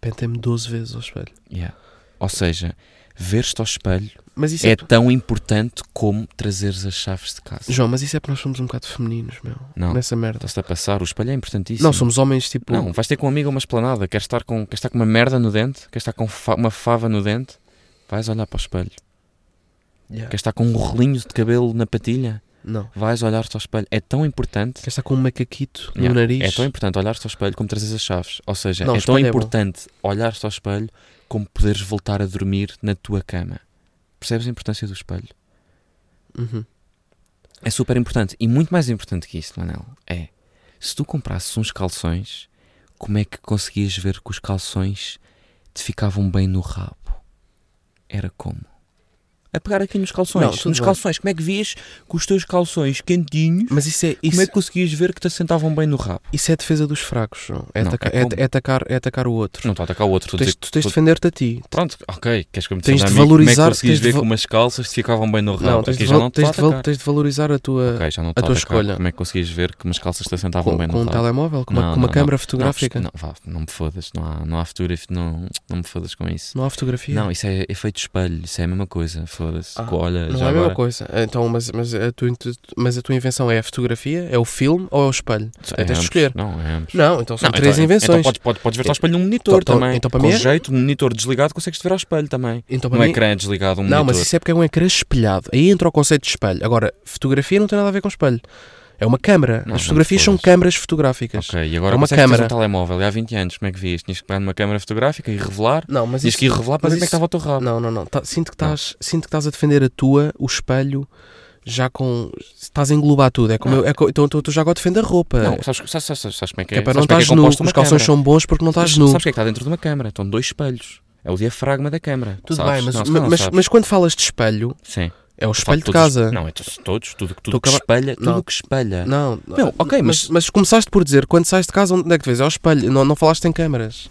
Speaker 3: Pentei-me 12 vezes ao espelho.
Speaker 2: Yeah. Ou seja, ver-te ao espelho
Speaker 3: Mas isso é...
Speaker 2: é tão importante como trazeres as chaves de casa.
Speaker 3: João, mas isso é porque nós somos um bocado femininos, meu.
Speaker 2: Não.
Speaker 3: Nessa merda.
Speaker 2: Estás-te a passar, o espelho é importantíssimo.
Speaker 3: Não, somos homens tipo.
Speaker 2: Não, vais ter com um amigo uma esplanada, queres estar com, queres estar com uma merda no dente, queres estar com fa- uma fava no dente, vais olhar para o espelho.
Speaker 3: Yeah.
Speaker 2: Queres estar com um rolinho de cabelo na patilha,
Speaker 3: Não.
Speaker 2: vais olhar-te ao espelho. É tão importante.
Speaker 3: Queres estar com um macaquito no
Speaker 2: Yeah.
Speaker 3: nariz?
Speaker 2: É tão importante olhar-te ao espelho como trazeres as chaves. Ou seja,
Speaker 3: Não, o
Speaker 2: é tão
Speaker 3: espelho é bom.
Speaker 2: importante olhar-te ao espelho como poderes voltar a dormir na tua cama. Percebes a importância do espelho?
Speaker 3: Uhum.
Speaker 2: É super importante. E muito mais importante que isso, Manel, é se tu comprasses uns calções, como é que conseguias ver que os calções te ficavam bem no rabo? Era como? A pegar aqui nos calções.
Speaker 3: Não, tudo
Speaker 2: nos
Speaker 3: bem.
Speaker 2: calções, como é que vias que os teus calções quentinhos,
Speaker 3: Mas isso é,
Speaker 2: como
Speaker 3: isso,
Speaker 2: é que conseguias ver que te assentavam bem no rabo?
Speaker 3: isso é defesa dos fracos, João. É,
Speaker 2: Não,
Speaker 3: ataca-
Speaker 2: é
Speaker 3: é-
Speaker 2: como?
Speaker 3: é atacar, é atacar o outro.
Speaker 2: Não estou a atacar o outro, estou
Speaker 3: tu
Speaker 2: a
Speaker 3: tens,
Speaker 2: dizer
Speaker 3: tu tens de
Speaker 2: tu-
Speaker 3: defender-te a ti.
Speaker 2: Pronto, ok, queres que eu me
Speaker 3: Tens
Speaker 2: defenda
Speaker 3: de
Speaker 2: a mim? Como é
Speaker 3: valorizar-
Speaker 2: que conseguias
Speaker 3: tens de
Speaker 2: ver
Speaker 3: va-
Speaker 2: que umas calças te ficavam bem no rabo?
Speaker 3: Não, tens de,
Speaker 2: Aqui
Speaker 3: val-
Speaker 2: já não te
Speaker 3: tens,
Speaker 2: estou
Speaker 3: de
Speaker 2: a
Speaker 3: val-
Speaker 2: atacar.
Speaker 3: tens de valorizar a tua.
Speaker 2: Ok, já não estou
Speaker 3: a
Speaker 2: a
Speaker 3: tua
Speaker 2: atacar.
Speaker 3: escolha.
Speaker 2: Como é que conseguias ver que umas calças te assentavam
Speaker 3: Com,
Speaker 2: bem no
Speaker 3: com um
Speaker 2: rabo?
Speaker 3: telemóvel, com uma,
Speaker 2: Não,
Speaker 3: com uma
Speaker 2: não,
Speaker 3: câmara
Speaker 2: não,
Speaker 3: fotográfica. Não,
Speaker 2: Não, vá, não me fodas, não há, não há fotografia, não, não me fodas com isso.
Speaker 3: há fotografia.
Speaker 2: Não, isso é efeito espelho, isso é a mesma coisa, foda-se.
Speaker 3: Ah,
Speaker 2: Co- Olha,
Speaker 3: Não
Speaker 2: já
Speaker 3: é a
Speaker 2: agora,
Speaker 3: mesma coisa. Então, mas, mas, a tua, intu- mas a tua invenção é a fotografia, é o filme ou é o espelho?
Speaker 2: é
Speaker 3: tens de
Speaker 2: ambos.
Speaker 3: escolher.
Speaker 2: Não, é ambos.
Speaker 3: Não, então são
Speaker 2: Não,
Speaker 3: três
Speaker 2: então-
Speaker 3: invenções.
Speaker 2: Então podes, podes, podes ver-te ao espelho num monitor
Speaker 3: Então-
Speaker 2: também.
Speaker 3: então para
Speaker 2: Com
Speaker 3: mim é-
Speaker 2: jeito, um monitor desligado, consegues-te ver ao espelho também.
Speaker 3: Então, para
Speaker 2: Não é
Speaker 3: mim-
Speaker 2: ecrã desligado, um
Speaker 3: Não, mas
Speaker 2: monitor.
Speaker 3: isso é porque é um ecrã espelhado. Aí entra o conceito de espelho. Agora, fotografia não tem nada a ver com espelho. É uma câmara.
Speaker 2: Não,
Speaker 3: As
Speaker 2: não
Speaker 3: fotografias são
Speaker 2: fodas.
Speaker 3: câmaras fotográficas.
Speaker 2: Ok, e agora
Speaker 3: É uma
Speaker 2: consegues ter um
Speaker 3: câmara.
Speaker 2: telemóvel. E há 20 anos, como é que vias? Tinhas que pegar numa câmara fotográfica e revelar.
Speaker 3: Não, mas
Speaker 2: Tinhas
Speaker 3: isso...
Speaker 2: que ir revelar para
Speaker 3: mas
Speaker 2: ver como é que
Speaker 3: isso-
Speaker 2: estava o teu rabo.
Speaker 3: Não, não, não. Tá- sinto, que estás, sinto que estás a defender a tua, o espelho, já com... Estás a englobar tudo. É como eu, é co- então, então tu já agora defende a roupa.
Speaker 2: Não, sabes, sabes, sabes, sabes como é que
Speaker 3: que
Speaker 2: é?
Speaker 3: é para não
Speaker 2: Sabes como é
Speaker 3: estás
Speaker 2: que é
Speaker 3: nu.
Speaker 2: composta uma
Speaker 3: Os calções
Speaker 2: câmara?
Speaker 3: são bons porque não estás
Speaker 2: Mas
Speaker 3: nu.
Speaker 2: Sabes o que é que está dentro de uma câmara? Estão dois espelhos. É o diafragma da câmara.
Speaker 3: Tudo
Speaker 2: sabes?
Speaker 3: bem, mas,
Speaker 2: Não, se calhar não
Speaker 3: mas,
Speaker 2: sabes.
Speaker 3: mas quando falas de espelho,
Speaker 2: Sim.
Speaker 3: é o espelho
Speaker 2: Falo todos-
Speaker 3: de casa.
Speaker 2: Não, é todos, todos, tudo, tudo
Speaker 3: Tu
Speaker 2: que
Speaker 3: acaba-
Speaker 2: espelha.
Speaker 3: Não.
Speaker 2: Tudo que espelha.
Speaker 3: Não,
Speaker 2: Meu, ok, mas-
Speaker 3: mas começaste por dizer quando sais de casa, onde é que tu vês? É ao espelho. Não, não falaste em câmaras.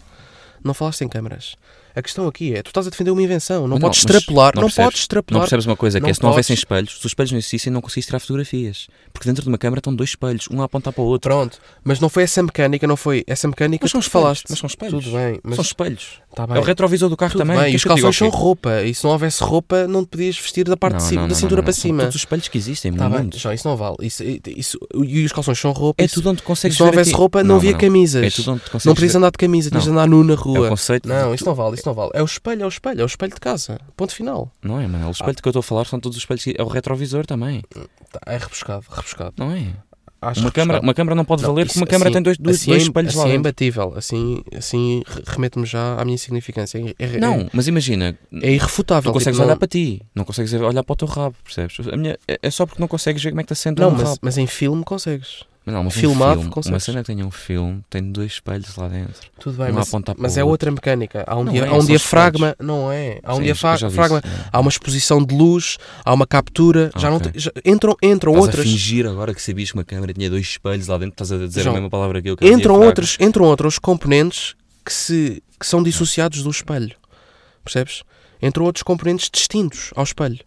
Speaker 3: Não falaste em câmaras. A questão aqui é: tu estás a defender uma invenção, não,
Speaker 2: Mas
Speaker 3: podes
Speaker 2: mas
Speaker 3: extrapolar. Não,
Speaker 2: percebes-
Speaker 3: podes extrapolar.
Speaker 2: Não percebes uma coisa, que
Speaker 3: Não
Speaker 2: é se não houvessem
Speaker 3: podes.
Speaker 2: espelhos, se os espelhos não existissem, não conseguias tirar fotografias. Porque dentro de uma câmara estão dois espelhos, um a apontar para o outro.
Speaker 3: Pronto, mas não foi essa mecânica, não foi essa mecânica
Speaker 2: Mas
Speaker 3: que
Speaker 2: são
Speaker 3: tu falaste.
Speaker 2: espelhos, mas são espelhos.
Speaker 3: Tudo bem, mas
Speaker 2: São espelhos.
Speaker 3: tá bem.
Speaker 2: É o retrovisor do carro
Speaker 3: Tudo
Speaker 2: também.
Speaker 3: bem,
Speaker 2: Queres
Speaker 3: e os
Speaker 2: que eu te diga
Speaker 3: calções
Speaker 2: o
Speaker 3: são
Speaker 2: quê?
Speaker 3: roupa, e se não houvesse roupa, não te podias vestir da parte de
Speaker 2: Não,
Speaker 3: cima-
Speaker 2: não,
Speaker 3: da
Speaker 2: não,
Speaker 3: cintura
Speaker 2: não,
Speaker 3: para
Speaker 2: não.
Speaker 3: cima.
Speaker 2: São todos os espelhos que existem
Speaker 3: Tá
Speaker 2: no
Speaker 3: bem,
Speaker 2: mundo.
Speaker 3: João, isso não vale. Isso, isso, e os calções são roupa.
Speaker 2: É
Speaker 3: isso-
Speaker 2: tudo onde
Speaker 3: e
Speaker 2: consegues
Speaker 3: se não
Speaker 2: ver
Speaker 3: houvesse
Speaker 2: aqui-
Speaker 3: roupa, não, havia
Speaker 2: Manel,
Speaker 3: camisas.
Speaker 2: É tudo onde consegues
Speaker 3: Não precisas
Speaker 2: ver-
Speaker 3: andar de camisa, tens de andar nu na rua.
Speaker 2: É o conceito.
Speaker 3: Não,
Speaker 2: de-
Speaker 3: isso não vale, isso não vale. É o espelho, é o espelho, é o espelho de casa. Ponto final.
Speaker 2: Não é, mano. O espelho que eu estou a falar são todos os espelhos. que- É o retrovisor também,
Speaker 3: Tá, é rebuscado, rebuscado.
Speaker 2: não é?
Speaker 3: acho
Speaker 2: Uma
Speaker 3: que
Speaker 2: câmara,
Speaker 3: gostava.
Speaker 2: uma câmara não pode
Speaker 3: Não,
Speaker 2: valer
Speaker 3: isso
Speaker 2: porque uma câmara
Speaker 3: assim-
Speaker 2: tem dois, dois,
Speaker 3: assim
Speaker 2: dois
Speaker 3: é im-
Speaker 2: espelhos lá
Speaker 3: assim é
Speaker 2: dentro.
Speaker 3: imbatível, assim, assim re- remete-me já à minha significância. É- é-
Speaker 2: Não, mas imagina,
Speaker 3: é, é irrefutável.
Speaker 2: tu
Speaker 3: tipo,
Speaker 2: consegues
Speaker 3: não-
Speaker 2: olhar para ti, não consegues olhar para o teu rabo, percebes? A minha, é é só porque não consegues ver como é que está sendo
Speaker 3: Não,
Speaker 2: o
Speaker 3: mas,
Speaker 2: rabo.
Speaker 3: mas em filme consegues.
Speaker 2: Mas não, mas um
Speaker 3: filmado,
Speaker 2: filme, uma
Speaker 3: consegues.
Speaker 2: cena que tenha um filme tem dois espelhos lá dentro.
Speaker 3: Tudo bem,
Speaker 2: Um
Speaker 3: mas,
Speaker 2: aponta para
Speaker 3: mas
Speaker 2: o
Speaker 3: é
Speaker 2: outro.
Speaker 3: outra mecânica. Há um,
Speaker 2: Não
Speaker 3: dia,
Speaker 2: é,
Speaker 3: há um
Speaker 2: são
Speaker 3: diafragma, não é? Há um
Speaker 2: Sim,
Speaker 3: diafra-
Speaker 2: eu já disse,
Speaker 3: fragma,
Speaker 2: é.
Speaker 3: há uma exposição de luz, há uma captura, já não
Speaker 2: Ok.
Speaker 3: te- já- entram, entram
Speaker 2: Estás a
Speaker 3: outras.
Speaker 2: fingir agora que sabias que uma câmera tinha dois espelhos lá dentro, estás a dizer
Speaker 3: João,
Speaker 2: a mesma palavra que é um eu que era
Speaker 3: entram
Speaker 2: diafragma.
Speaker 3: outros, entram outros componentes que, se, que são dissociados do espelho. Percebes? Entram outros componentes distintos ao espelho.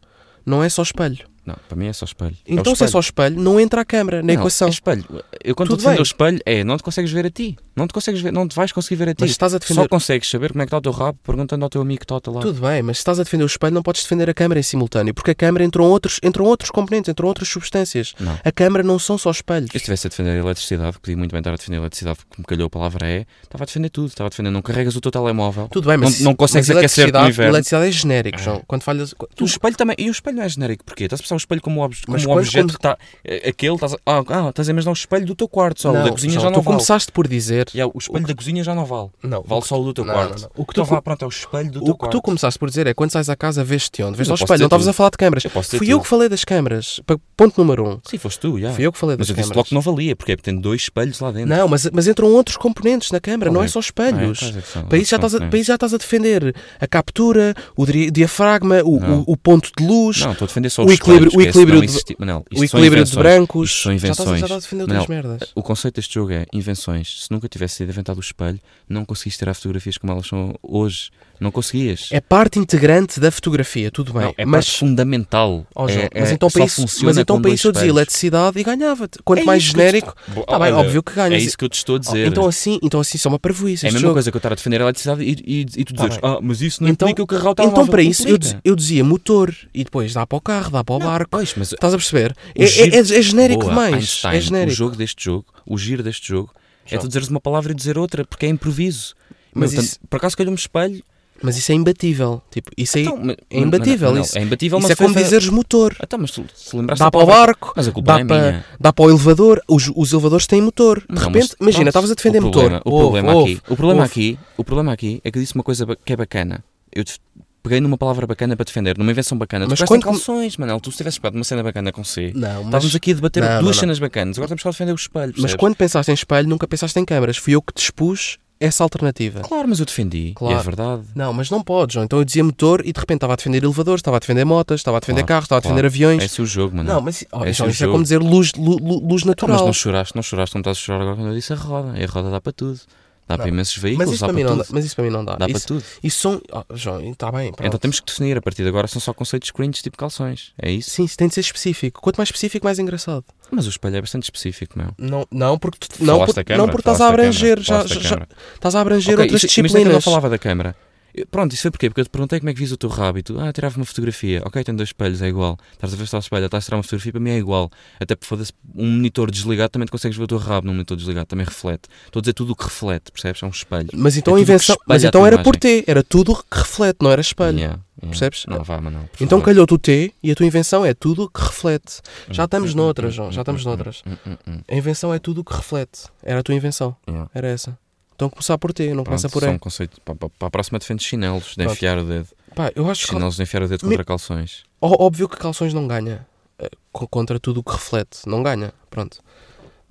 Speaker 3: Não é só espelho.
Speaker 2: Não, para mim é só espelho. o
Speaker 3: Então, se é
Speaker 2: espelho.
Speaker 3: só espelho, não entra a câmera na
Speaker 2: Não,
Speaker 3: equação.
Speaker 2: é espelho. Eu quando
Speaker 3: Tudo
Speaker 2: estou a defender
Speaker 3: bem.
Speaker 2: o espelho é não te consegues ver a ti. Não te consegues ver, não te vais conseguir ver a ti.
Speaker 3: Mas estás a defender-
Speaker 2: Só consegues saber como é que está o teu rabo perguntando ao teu amigo que está lá.
Speaker 3: Tudo bem, mas se estás a defender o espelho, não podes defender a câmara em simultâneo, porque a câmara entram outros, entram outros componentes, entram outras substâncias.
Speaker 2: Não.
Speaker 3: A câmara não são só espelhos.
Speaker 2: Se eu estivesse a defender a eletricidade, que podia muito bem estar a defender a eletricidade, porque me calhou a palavra é, estava a defender tudo. Estava a defender, não carregas o teu telemóvel.
Speaker 3: Tudo bem,
Speaker 2: não,
Speaker 3: mas
Speaker 2: não consegues
Speaker 3: mas
Speaker 2: aquecer no
Speaker 3: eletricidade-
Speaker 2: inverno.
Speaker 3: Eletricidade é genérico, João. Quando falhas,
Speaker 2: O espelho também, e o espelho não é genérico, porquê? Estás a pensar o espelho como, ob como
Speaker 3: Mas
Speaker 2: um
Speaker 3: quando-
Speaker 2: objeto
Speaker 3: quando-
Speaker 2: que está. é- Aquele, estás a, ah, ah, estás a imaginar o espelho do teu quarto, só o da cozinha
Speaker 3: João,
Speaker 2: já
Speaker 3: tu
Speaker 2: não vale.
Speaker 3: começaste por dizer
Speaker 2: E é, o espelho da cozinha já não vale.
Speaker 3: Não, o
Speaker 2: Vale
Speaker 3: que-
Speaker 2: só o do teu
Speaker 3: não,
Speaker 2: quarto.
Speaker 3: não, não. O que tu
Speaker 2: então
Speaker 3: com-
Speaker 2: vá, pronto, é o espelho do
Speaker 3: O
Speaker 2: teu
Speaker 3: que
Speaker 2: quarto.
Speaker 3: tu começaste por dizer é quando sais à casa, vês-te onde? Vês
Speaker 2: Eu
Speaker 3: ao
Speaker 2: posso
Speaker 3: espelho,
Speaker 2: dizer
Speaker 3: não estavas
Speaker 2: tudo.
Speaker 3: a falar de câmaras.
Speaker 2: Eu posso dizer
Speaker 3: Fui eu
Speaker 2: tudo.
Speaker 3: que falei das câmaras. Pa- Ponto número um.
Speaker 2: Sim, foste tu, já.
Speaker 3: Fui eu que falei
Speaker 2: Mas eu
Speaker 3: das
Speaker 2: disse
Speaker 3: câmaras.
Speaker 2: logo que não valia, porque é porque tem dois espelhos lá dentro.
Speaker 3: Não, mas, mas entram outros componentes na câmara,
Speaker 2: Qual
Speaker 3: não
Speaker 2: é?
Speaker 3: é só espelhos.
Speaker 2: Ah, é, quais é que são
Speaker 3: para, isso já
Speaker 2: outros
Speaker 3: estás a, para
Speaker 2: componentes?
Speaker 3: isso já estás a defender a captura, o dri- diafragma, o,
Speaker 2: Não.
Speaker 3: o- o ponto de luz,
Speaker 2: Não, estou a defender só
Speaker 3: O
Speaker 2: os
Speaker 3: equilíbrio-
Speaker 2: espelhos,
Speaker 3: o
Speaker 2: que é, se
Speaker 3: equilíbrio
Speaker 2: não
Speaker 3: de-
Speaker 2: existi- Manel, isto
Speaker 3: o
Speaker 2: são
Speaker 3: equílibrio de
Speaker 2: invenções.
Speaker 3: brancos.
Speaker 2: Isto são
Speaker 3: Já estás, a-
Speaker 2: invenções.
Speaker 3: já estás a defender outras
Speaker 2: Manel,
Speaker 3: merdas.
Speaker 2: O conceito deste jogo é invenções. Se nunca tivesse sido inventado o espelho, não conseguias tirar fotografias como elas são hoje. Não conseguias.
Speaker 3: É parte integrante da fotografia, tudo bem.
Speaker 2: Não, é
Speaker 3: mas,
Speaker 2: parte fundamental.
Speaker 3: ó, João,
Speaker 2: É-
Speaker 3: mas
Speaker 2: é-
Speaker 3: então para
Speaker 2: só
Speaker 3: isso,
Speaker 2: funciona
Speaker 3: mas então
Speaker 2: com
Speaker 3: para
Speaker 2: dois
Speaker 3: isso eu dizia
Speaker 2: espelhos.
Speaker 3: eletricidade e ganhava-te. Quanto
Speaker 2: É
Speaker 3: mais
Speaker 2: isso que eu
Speaker 3: genérico,
Speaker 2: estou-
Speaker 3: tá bem,
Speaker 2: Olha,
Speaker 3: óbvio que
Speaker 2: É
Speaker 3: ganhas.
Speaker 2: isso que eu te estou a
Speaker 3: Oh,
Speaker 2: dizer.
Speaker 3: Então assim, então assim, só uma parvoíce.
Speaker 2: é a
Speaker 3: este
Speaker 2: mesma
Speaker 3: jogo.
Speaker 2: coisa que eu estar a defender a eletricidade e, e, e tu dizeres, ah, mas isso não
Speaker 3: Então,
Speaker 2: implica eu carregar o telemóvel.
Speaker 3: então para isso, eu, diz-
Speaker 2: Implica.
Speaker 3: eu dizia motor e depois dá para o carro, dá para o barco.
Speaker 2: Pois, mas
Speaker 3: Estás a perceber?
Speaker 2: o
Speaker 3: É, é-
Speaker 2: giro-
Speaker 3: é- é genérico
Speaker 2: Boa,
Speaker 3: demais.
Speaker 2: Einstein,
Speaker 3: é genérico.
Speaker 2: O jogo deste jogo, o giro deste jogo, é
Speaker 3: João.
Speaker 2: tu dizeres uma palavra e dizer outra, porque é improviso.
Speaker 3: Mas
Speaker 2: Mas Meu,
Speaker 3: isso-
Speaker 2: tanto- por acaso calhou-me espelho.
Speaker 3: Mas isso é imbatível. Tipo, isso aí
Speaker 2: Então, mas-
Speaker 3: é imbatível.
Speaker 2: Manel,
Speaker 3: isso
Speaker 2: é imbatível,
Speaker 3: isso
Speaker 2: mas
Speaker 3: é como
Speaker 2: foi-
Speaker 3: dizeres motor.
Speaker 2: Ah, tá, mas tu- se lembraste
Speaker 3: Dá
Speaker 2: da
Speaker 3: para o
Speaker 2: palavra-
Speaker 3: barco,
Speaker 2: Mas a culpa
Speaker 3: dá,
Speaker 2: não é
Speaker 3: para,
Speaker 2: minha.
Speaker 3: dá para o elevador. Os, os elevadores têm motor. De
Speaker 2: Não,
Speaker 3: repente,
Speaker 2: mas-
Speaker 3: imagina,
Speaker 2: pronto.
Speaker 3: estavas a defender
Speaker 2: o problema,
Speaker 3: motor.
Speaker 2: O problema,
Speaker 3: Ouve,
Speaker 2: aqui, o problema
Speaker 3: ouve.
Speaker 2: aqui, o problema aqui é que eu disse uma coisa ba- que é bacana. Eu te- peguei numa palavra bacana para defender, numa invenção bacana.
Speaker 3: Mas
Speaker 2: tu
Speaker 3: quando
Speaker 2: quando...
Speaker 3: come-
Speaker 2: calções, Manel, tu se tivesse pegado uma cena bacana com C.
Speaker 3: Não, mas-
Speaker 2: Estávamos aqui a debater
Speaker 3: Não,
Speaker 2: duas
Speaker 3: não, não.
Speaker 2: cenas bacanas. Agora estamos só a defender o espelho.
Speaker 3: Mas
Speaker 2: percebes?
Speaker 3: quando pensaste em espelho, nunca pensaste em câmaras. Fui eu que te expus essa alternativa.
Speaker 2: Claro, mas eu defendi.
Speaker 3: Claro.
Speaker 2: E é verdade.
Speaker 3: Não, mas não podes. João. Então eu dizia motor e de repente estava a defender elevadores, estava a defender motas, estava a defender
Speaker 2: Claro,
Speaker 3: carros, estava a defender
Speaker 2: claro.
Speaker 3: aviões.
Speaker 2: É esse o jogo, Manel.
Speaker 3: Não, mas oh,
Speaker 2: Esse
Speaker 3: João,
Speaker 2: é o
Speaker 3: isso é
Speaker 2: jogo.
Speaker 3: como dizer luz, lu- lu- luz,
Speaker 2: Então,
Speaker 3: natural.
Speaker 2: mas não choraste, não choraste, não estás a chorar agora quando eu disse a roda. E a roda dá para tudo. Dá para imensos veículos,
Speaker 3: Mas isso
Speaker 2: dá
Speaker 3: para mim
Speaker 2: para
Speaker 3: não
Speaker 2: tudo.
Speaker 3: dá. Mas isso para mim não dá.
Speaker 2: Dá para
Speaker 3: Isso-
Speaker 2: tudo.
Speaker 3: Isso são. Oh, João, está bem. Pronto.
Speaker 2: Então temos que definir, a partir de agora são só conceitos cringe tipo calções. É isso?
Speaker 3: Sim, isso tem de ser específico. Quanto mais específico, mais engraçado.
Speaker 2: Mas o espelho é bastante específico, meu.
Speaker 3: Não, não porque tu, não,
Speaker 2: Falaste
Speaker 3: por,
Speaker 2: da câmara,
Speaker 3: não porque estás a
Speaker 2: falaste da
Speaker 3: abranger.
Speaker 2: câmara,
Speaker 3: Já,
Speaker 2: falaste da
Speaker 3: já-
Speaker 2: câmara.
Speaker 3: estás a abranger
Speaker 2: Ok,
Speaker 3: outras
Speaker 2: isto- imagina é que eu não
Speaker 3: disciplinas.
Speaker 2: falava da câmara. Eu- Pronto, isso foi porquê? Porque eu te perguntei como é que vis o teu rabo e tu, ah, tirava uma fotografia. Ok, tem dois espelhos, é igual. Estás a ver se está ao espelho, estás a tirar uma fotografia, para mim é igual. Até porque foda-se, um monitor desligado também te consegues ver o teu rabo num monitor desligado, também reflete. Estou a dizer tudo o que reflete, percebes? É um espelho.
Speaker 3: Mas
Speaker 2: É tudo
Speaker 3: então a
Speaker 2: que
Speaker 3: invenção.
Speaker 2: espelha
Speaker 3: Mas
Speaker 2: a
Speaker 3: então
Speaker 2: tua
Speaker 3: era por
Speaker 2: imagem.
Speaker 3: T. Era tudo que reflete, não era espelho.
Speaker 2: Yeah, yeah.
Speaker 3: percebes?
Speaker 2: Não, vá, Manel. por
Speaker 3: Então
Speaker 2: favor.
Speaker 3: calhou-te o T e a tua invenção é tudo que reflete. Já estamos noutras, João. Já estamos noutras.
Speaker 2: Hum, hum, hum.
Speaker 3: A invenção é tudo que reflete. Era a tua invenção.
Speaker 2: Yeah.
Speaker 3: Era essa. Então começar por T, não começa
Speaker 2: Pronto,
Speaker 3: por
Speaker 2: só um
Speaker 3: E.
Speaker 2: conceito. Para, para a próxima defende chinelos, de
Speaker 3: Pronto.
Speaker 2: enfiar o dedo.
Speaker 3: Pá, eu acho que
Speaker 2: Chinelos de enfiar o dedo
Speaker 3: Me-
Speaker 2: contra calções.
Speaker 3: Ó- Óbvio que calções não ganha eh, co- contra tudo o que reflete, não ganha, pronto.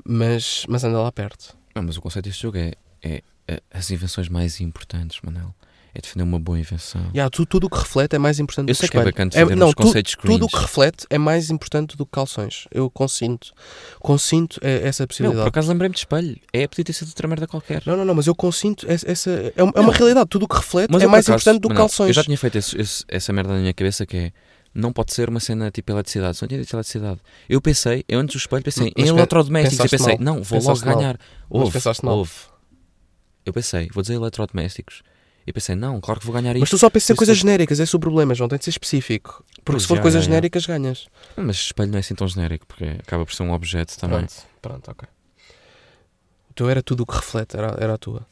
Speaker 3: Mas, mas anda lá perto.
Speaker 2: Não, mas o conceito deste jogo é, é, é, as invenções mais importantes, Manel. É defender uma boa invenção.
Speaker 3: E há tu, tudo o que reflete é mais importante
Speaker 2: Eu
Speaker 3: do
Speaker 2: sei que é
Speaker 3: espelho.
Speaker 2: bacana defender
Speaker 3: não,
Speaker 2: os
Speaker 3: tu-
Speaker 2: conceitos
Speaker 3: tudo o
Speaker 2: cringe.
Speaker 3: que reflete é mais importante do que calções. Eu consinto. Consinto é- essa
Speaker 2: Meu, por
Speaker 3: possibilidade.
Speaker 2: acaso lembrei-me de espelho. É, podia ter sido outra merda qualquer.
Speaker 3: Não, não, não, mas eu consinto é- essa. É uma, é uma
Speaker 2: Não.
Speaker 3: realidade. Tudo o que reflete
Speaker 2: Mas
Speaker 3: é
Speaker 2: eu, por
Speaker 3: mais
Speaker 2: acaso,
Speaker 3: importante do que
Speaker 2: Manel, Eu
Speaker 3: calções.
Speaker 2: já tinha feito esse- esse- essa merda na minha cabeça que é. Não pode ser uma cena tipo eletricidade. Só tinha dito eletricidade. Eu pensei, eu antes do espelho, pensei
Speaker 3: Mas pe-
Speaker 2: em eletrodomésticos e
Speaker 3: pensaste
Speaker 2: pensei,
Speaker 3: mal.
Speaker 2: não, vou logo
Speaker 3: Pensaste mal.
Speaker 2: ganhar. Ouve,
Speaker 3: pensaste mal.
Speaker 2: ouve. Eu pensei, vou dizer eletrodomésticos. E pensei, não, claro que vou ganhar
Speaker 3: Mas
Speaker 2: isto.
Speaker 3: tu só pensas em
Speaker 2: Isso-
Speaker 3: coisas genéricas, esse é o problema, João. Tem de ser específico. Porque
Speaker 2: Pois,
Speaker 3: se for
Speaker 2: já,
Speaker 3: coisas
Speaker 2: já, já.
Speaker 3: genéricas, ganhas.
Speaker 2: Mas, espelho não é assim tão genérico, porque acaba por ser um objeto também.
Speaker 3: Pronto, pronto, ok. O teu Então era tudo o que reflete, era, era a tua.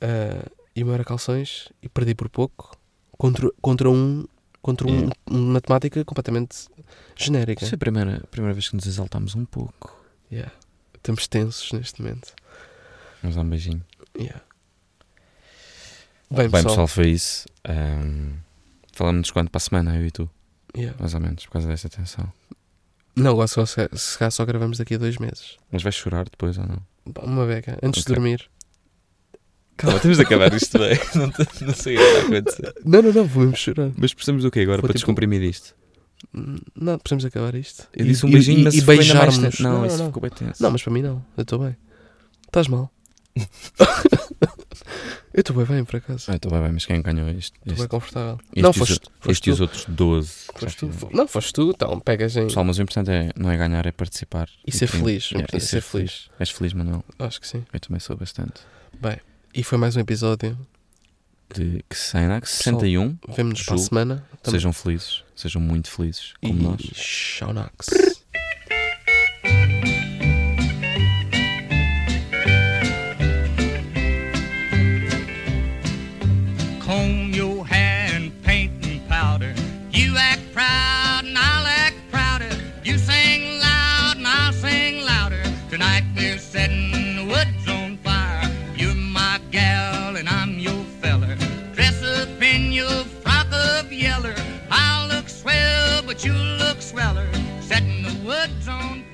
Speaker 3: Ah, e o meu era calções e perdi por pouco contra, contra um contra
Speaker 2: É.
Speaker 3: um, uma matemática completamente genérica.
Speaker 2: Isso é a primeira, a primeira vez que nos exaltámos um pouco.
Speaker 3: Yeah. Estamos tensos neste momento.
Speaker 2: Vamos dar um beijinho.
Speaker 3: Yeah. Bem,
Speaker 2: Bem,
Speaker 3: pessoal.
Speaker 2: pessoal, foi isso. Ahm, falamos-nos quando para a semana, eu e tu,
Speaker 3: Yeah.
Speaker 2: mais ou menos, por causa desta tensão.
Speaker 3: Não, agora só, se se calhar só gravamos daqui a dois meses.
Speaker 2: Mas vais chorar depois ou não?
Speaker 3: Pá, Uma beca. Antes
Speaker 2: Ok.
Speaker 3: de dormir.
Speaker 2: Calma, temos de acabar isto bem. *laughs* Não, te- não sei o que vai acontecer.
Speaker 3: Não, não, não. Vou-me chorar.
Speaker 2: Mas precisamos do quê agora
Speaker 3: Vou
Speaker 2: para
Speaker 3: tipo-
Speaker 2: descomprimir isto?
Speaker 3: Hum, Não, precisamos acabar isto.
Speaker 2: Eu
Speaker 3: E-
Speaker 2: disse um
Speaker 3: e-
Speaker 2: beijinho,
Speaker 3: e-
Speaker 2: mas
Speaker 3: e
Speaker 2: ficou ainda mais
Speaker 3: beijarmos.
Speaker 2: tenso. Não,
Speaker 3: Não,
Speaker 2: isso
Speaker 3: não.
Speaker 2: ficou bem tenso.
Speaker 3: Não, mas para mim não. Eu estou bem. Estás
Speaker 2: *laughs*
Speaker 3: mal. eu estou bem, bem, por acaso.
Speaker 2: Ah, então vai bem, mas quem ganhou este?
Speaker 3: Estou bem
Speaker 2: este,
Speaker 3: confortável.
Speaker 2: este
Speaker 3: não,
Speaker 2: e os-
Speaker 3: foste, foste
Speaker 2: este e
Speaker 3: tu.
Speaker 2: os outros 12. que já
Speaker 3: Foste tu.
Speaker 2: fizeram.
Speaker 3: Não, foste tu. Então, pegas em...
Speaker 2: Pessoal, mas o importante é, não é ganhar, é participar.
Speaker 3: E ser
Speaker 2: tem-
Speaker 3: feliz.
Speaker 2: Yeah,
Speaker 3: É, ser feliz.
Speaker 2: És feliz, Manuel?
Speaker 3: Acho que sim.
Speaker 2: Eu também sou bastante.
Speaker 3: E foi mais um episódio.
Speaker 2: De que cena? Que 61.
Speaker 3: Vemo-nos para a
Speaker 2: Julgo.
Speaker 3: semana. Tamo-
Speaker 2: Sejam felizes. Sejam muito felizes. Como
Speaker 3: e
Speaker 2: nós.
Speaker 3: tchau, Nax.
Speaker 1: comb your hair and paint and powder. You act proud and I'll act prouder. You sing loud and I'll sing louder. Tonight we're setting the woods on fire. You're my gal and I'm your feller. Dress up in your frock of yeller. I'll look swell, but you look sweller. Setting the woods on fire.